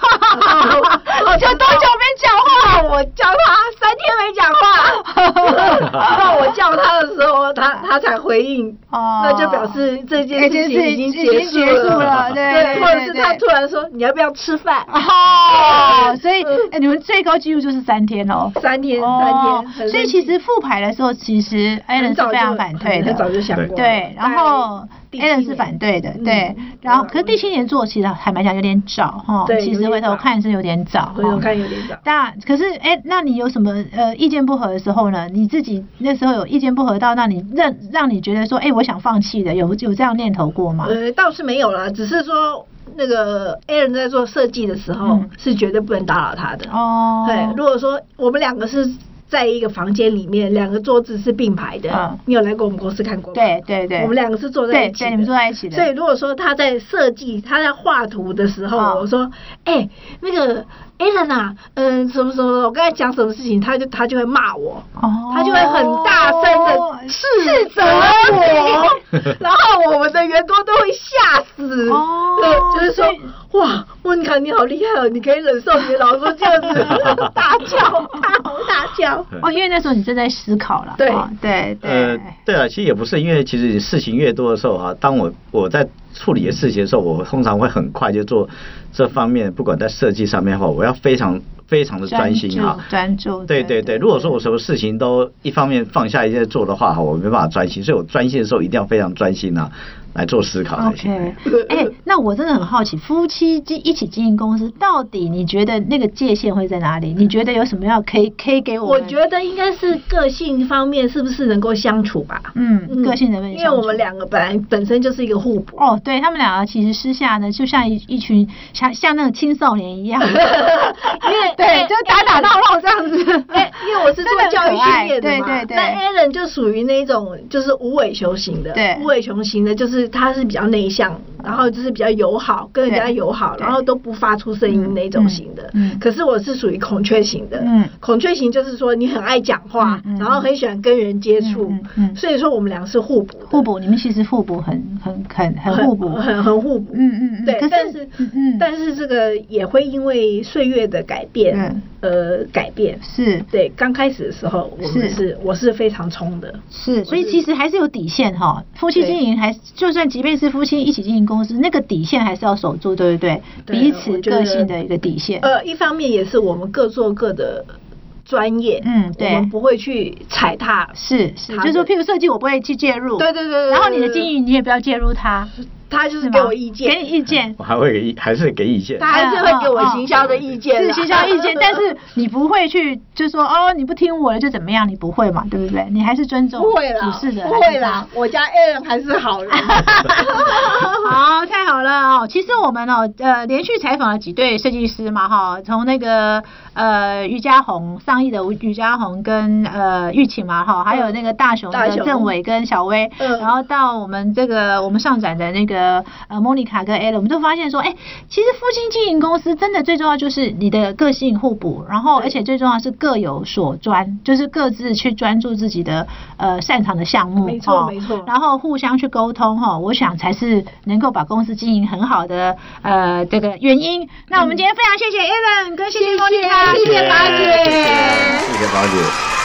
Speaker 1: 我就多久没讲话？
Speaker 3: 然后我叫他三天没讲话， 然后我叫他的时候，他他才回应，
Speaker 1: 哦
Speaker 3: 那就表示这件事情已经
Speaker 1: 已
Speaker 3: 结
Speaker 1: 经
Speaker 3: 束
Speaker 1: 结束了，对对
Speaker 3: 对，
Speaker 1: 对
Speaker 3: 或者是他
Speaker 1: 对
Speaker 3: 突然说你要不要吃饭？
Speaker 1: 哦，所以哎，你们最高纪录就是三天哦。
Speaker 3: 嗯三天
Speaker 1: 哦
Speaker 3: 三天，，很
Speaker 1: 所以
Speaker 3: 生
Speaker 1: 其
Speaker 3: 气
Speaker 1: 实复牌的时候，其实 a l
Speaker 3: 很
Speaker 1: n
Speaker 3: 早
Speaker 1: 是非
Speaker 3: 就
Speaker 1: 常反对的，
Speaker 3: 很早就想过了。
Speaker 1: 对，然后
Speaker 3: 在第七
Speaker 1: a l n 是
Speaker 3: 年
Speaker 1: 反对的，对
Speaker 3: 嗯。
Speaker 1: 然后，可是第七年做其实坦白讲有点早哈，
Speaker 3: 对
Speaker 1: 其
Speaker 3: 有
Speaker 1: 实
Speaker 3: 点
Speaker 1: 回头
Speaker 3: 早
Speaker 1: 看是有点早。
Speaker 3: 回头
Speaker 1: 哈
Speaker 3: 哦看有点早。
Speaker 1: 那可是哎、那你有什么呃意见不合的时候呢？你自己那时候有意见不合到让你让让你觉得说，哎、我想放弃的，有有这样念头过吗？
Speaker 3: 呃，倒是没有啦，只是说那个 Aaron 在做设计的时候、
Speaker 1: 嗯
Speaker 3: 是绝对不能打扰他的。
Speaker 1: 哦，
Speaker 3: 对，如果说我们两个是在一个房间里面，两个桌子是并排的，
Speaker 1: 嗯
Speaker 3: 你有来过我们公司看过吗？
Speaker 1: 对对对，
Speaker 3: 我们两个是坐在
Speaker 1: 对
Speaker 3: 一起
Speaker 1: 对，你们坐在一起的，
Speaker 3: 所以如果说他在设计、他在画图的时候，
Speaker 1: 哦
Speaker 3: 我说，哎、那个 Alan 啊，嗯、什么什么，我刚才讲什么事情，他就他就会骂我。
Speaker 1: 哦，
Speaker 3: 他就会很大声的斥责我，然后我们的员工都会吓死。
Speaker 1: 哦
Speaker 3: 对，就是
Speaker 1: 所以
Speaker 3: 说，哇，温卡你好厉害哦，你可以忍受你的老公这 样子大叫、大吼大叫。
Speaker 1: 哦，因为那时候你正在思考了，
Speaker 3: 对
Speaker 1: 哦对
Speaker 4: 呃
Speaker 1: 对，，
Speaker 4: 对啊，其实也不是，因为其实你事情越多的时候哈、当我我在处理的事情的时候，我通常会很快就做这方面，不管在设计上面的话，我要非常非常的专心哈，
Speaker 1: 专注专注
Speaker 4: 对
Speaker 1: 对
Speaker 4: 对
Speaker 1: 对
Speaker 4: 对，如果说我什么事情都一方面放下一些做的话哈，我没办法专心，所以我专心的时候一定要非常专心啊，来做思考才行。
Speaker 1: OK，哎、那我真的很好奇，夫妻经一起经营公司，到底你觉得那个界限会在哪里？你觉得有什么要可以可以给我
Speaker 3: 我
Speaker 1: 们？
Speaker 3: 觉得应该是个性方面是不是能够相处吧？
Speaker 1: 嗯，个性能不能
Speaker 3: 因
Speaker 1: 相
Speaker 3: 为
Speaker 1: 处？
Speaker 3: 我们两个本来本身就是一个互补，
Speaker 1: 哦，对他们两个其实私下呢，就像一 一群像像那种青少年 一样，因为对，就打打闹闹这样子。
Speaker 3: 哎，因为我是做教育训练的
Speaker 1: 真的很
Speaker 3: 嘛，
Speaker 1: 可爱对对对
Speaker 3: 那 Alan 就属于那种就是无尾熊型的，
Speaker 1: 对
Speaker 3: 无尾熊型的，就是他是比较内向，然后就是比较友好，跟人家
Speaker 1: 对
Speaker 3: 友好，
Speaker 1: 对
Speaker 3: 然后都不发出声音那种型的。
Speaker 1: 嗯嗯嗯
Speaker 3: 可是我是属于孔雀型的，
Speaker 1: 嗯
Speaker 3: 孔雀型就是说你很爱讲话，
Speaker 1: 嗯嗯嗯
Speaker 3: 然后很喜欢跟人接触，
Speaker 1: 嗯嗯嗯
Speaker 3: 所以说我们俩是互补的，
Speaker 1: 互补，你们其实互补很很很很互补。
Speaker 3: 很很互补。
Speaker 1: 嗯嗯嗯
Speaker 3: 对
Speaker 1: 可是，
Speaker 3: 但是
Speaker 1: 嗯嗯
Speaker 3: 但是这个也会因为岁月的改变，呃，改变。
Speaker 1: 是
Speaker 3: 对，刚开始的时候我们
Speaker 1: 是
Speaker 3: 是我是非常冲的，
Speaker 1: 是，所以
Speaker 3: 是
Speaker 1: 其实还是有底线哈。夫妻
Speaker 3: 对
Speaker 1: 经营还就算即便是夫妻一起经营公司，那个底线还是要守住，对不对？
Speaker 3: 对
Speaker 1: 彼
Speaker 3: 我
Speaker 1: 此
Speaker 3: 觉得
Speaker 1: 个性的一个底线。
Speaker 3: 呃，一方面也是我们各做各的专业，
Speaker 1: 嗯对
Speaker 3: 我们不会去踩踏，
Speaker 1: 是是，
Speaker 3: 他
Speaker 1: 就是说，
Speaker 3: 的
Speaker 1: 譬如设计，我不会去介入。
Speaker 3: 对对对对
Speaker 1: 然后你的
Speaker 3: 对对
Speaker 1: 经营，你也不要介入他，
Speaker 3: 他就是
Speaker 1: 是
Speaker 3: 给
Speaker 1: 吗
Speaker 3: 我意见，
Speaker 1: 给你意见
Speaker 4: 我。还会给意，还是给意见
Speaker 3: 他。还是会给我行销的意见
Speaker 1: 是
Speaker 3: 啦，
Speaker 1: 学校意 见，但是你不会去就说哦，你不听我的就怎么样，你不会嘛，对不对？你还是尊重
Speaker 3: 不会啦，
Speaker 1: 主事的，
Speaker 3: 不会啦，我家 A 人还是 好人，
Speaker 1: 好，太好了哦！其实我们哦，呃，连续采访了几对设计师嘛，哈，从那个呃于家红上亿的于家红跟呃玉琴嘛，哈，还有那个大雄
Speaker 3: 嗯大
Speaker 1: 的
Speaker 3: 雄
Speaker 1: 政委跟小薇，
Speaker 3: 嗯
Speaker 1: 然后到我们这个我们上展的那个呃莫妮卡跟 a l 我们都发现说，哎，其实夫妻经营公司真的最重要就是你的个性互补，然后
Speaker 3: 对
Speaker 1: 而且最重要是各有所专，就是各自去专注自己的呃擅长的项目，
Speaker 3: 没错
Speaker 1: 哦
Speaker 3: 没错
Speaker 1: 然后互相去沟通哈，我想才是能够把公司经营很好的呃这个原因。那我们今天非常谢谢 Alan 跟谢谢莫妮卡，
Speaker 3: 谢谢
Speaker 1: 八
Speaker 3: 八
Speaker 1: 姐
Speaker 3: 姐
Speaker 4: 谢谢宝姐。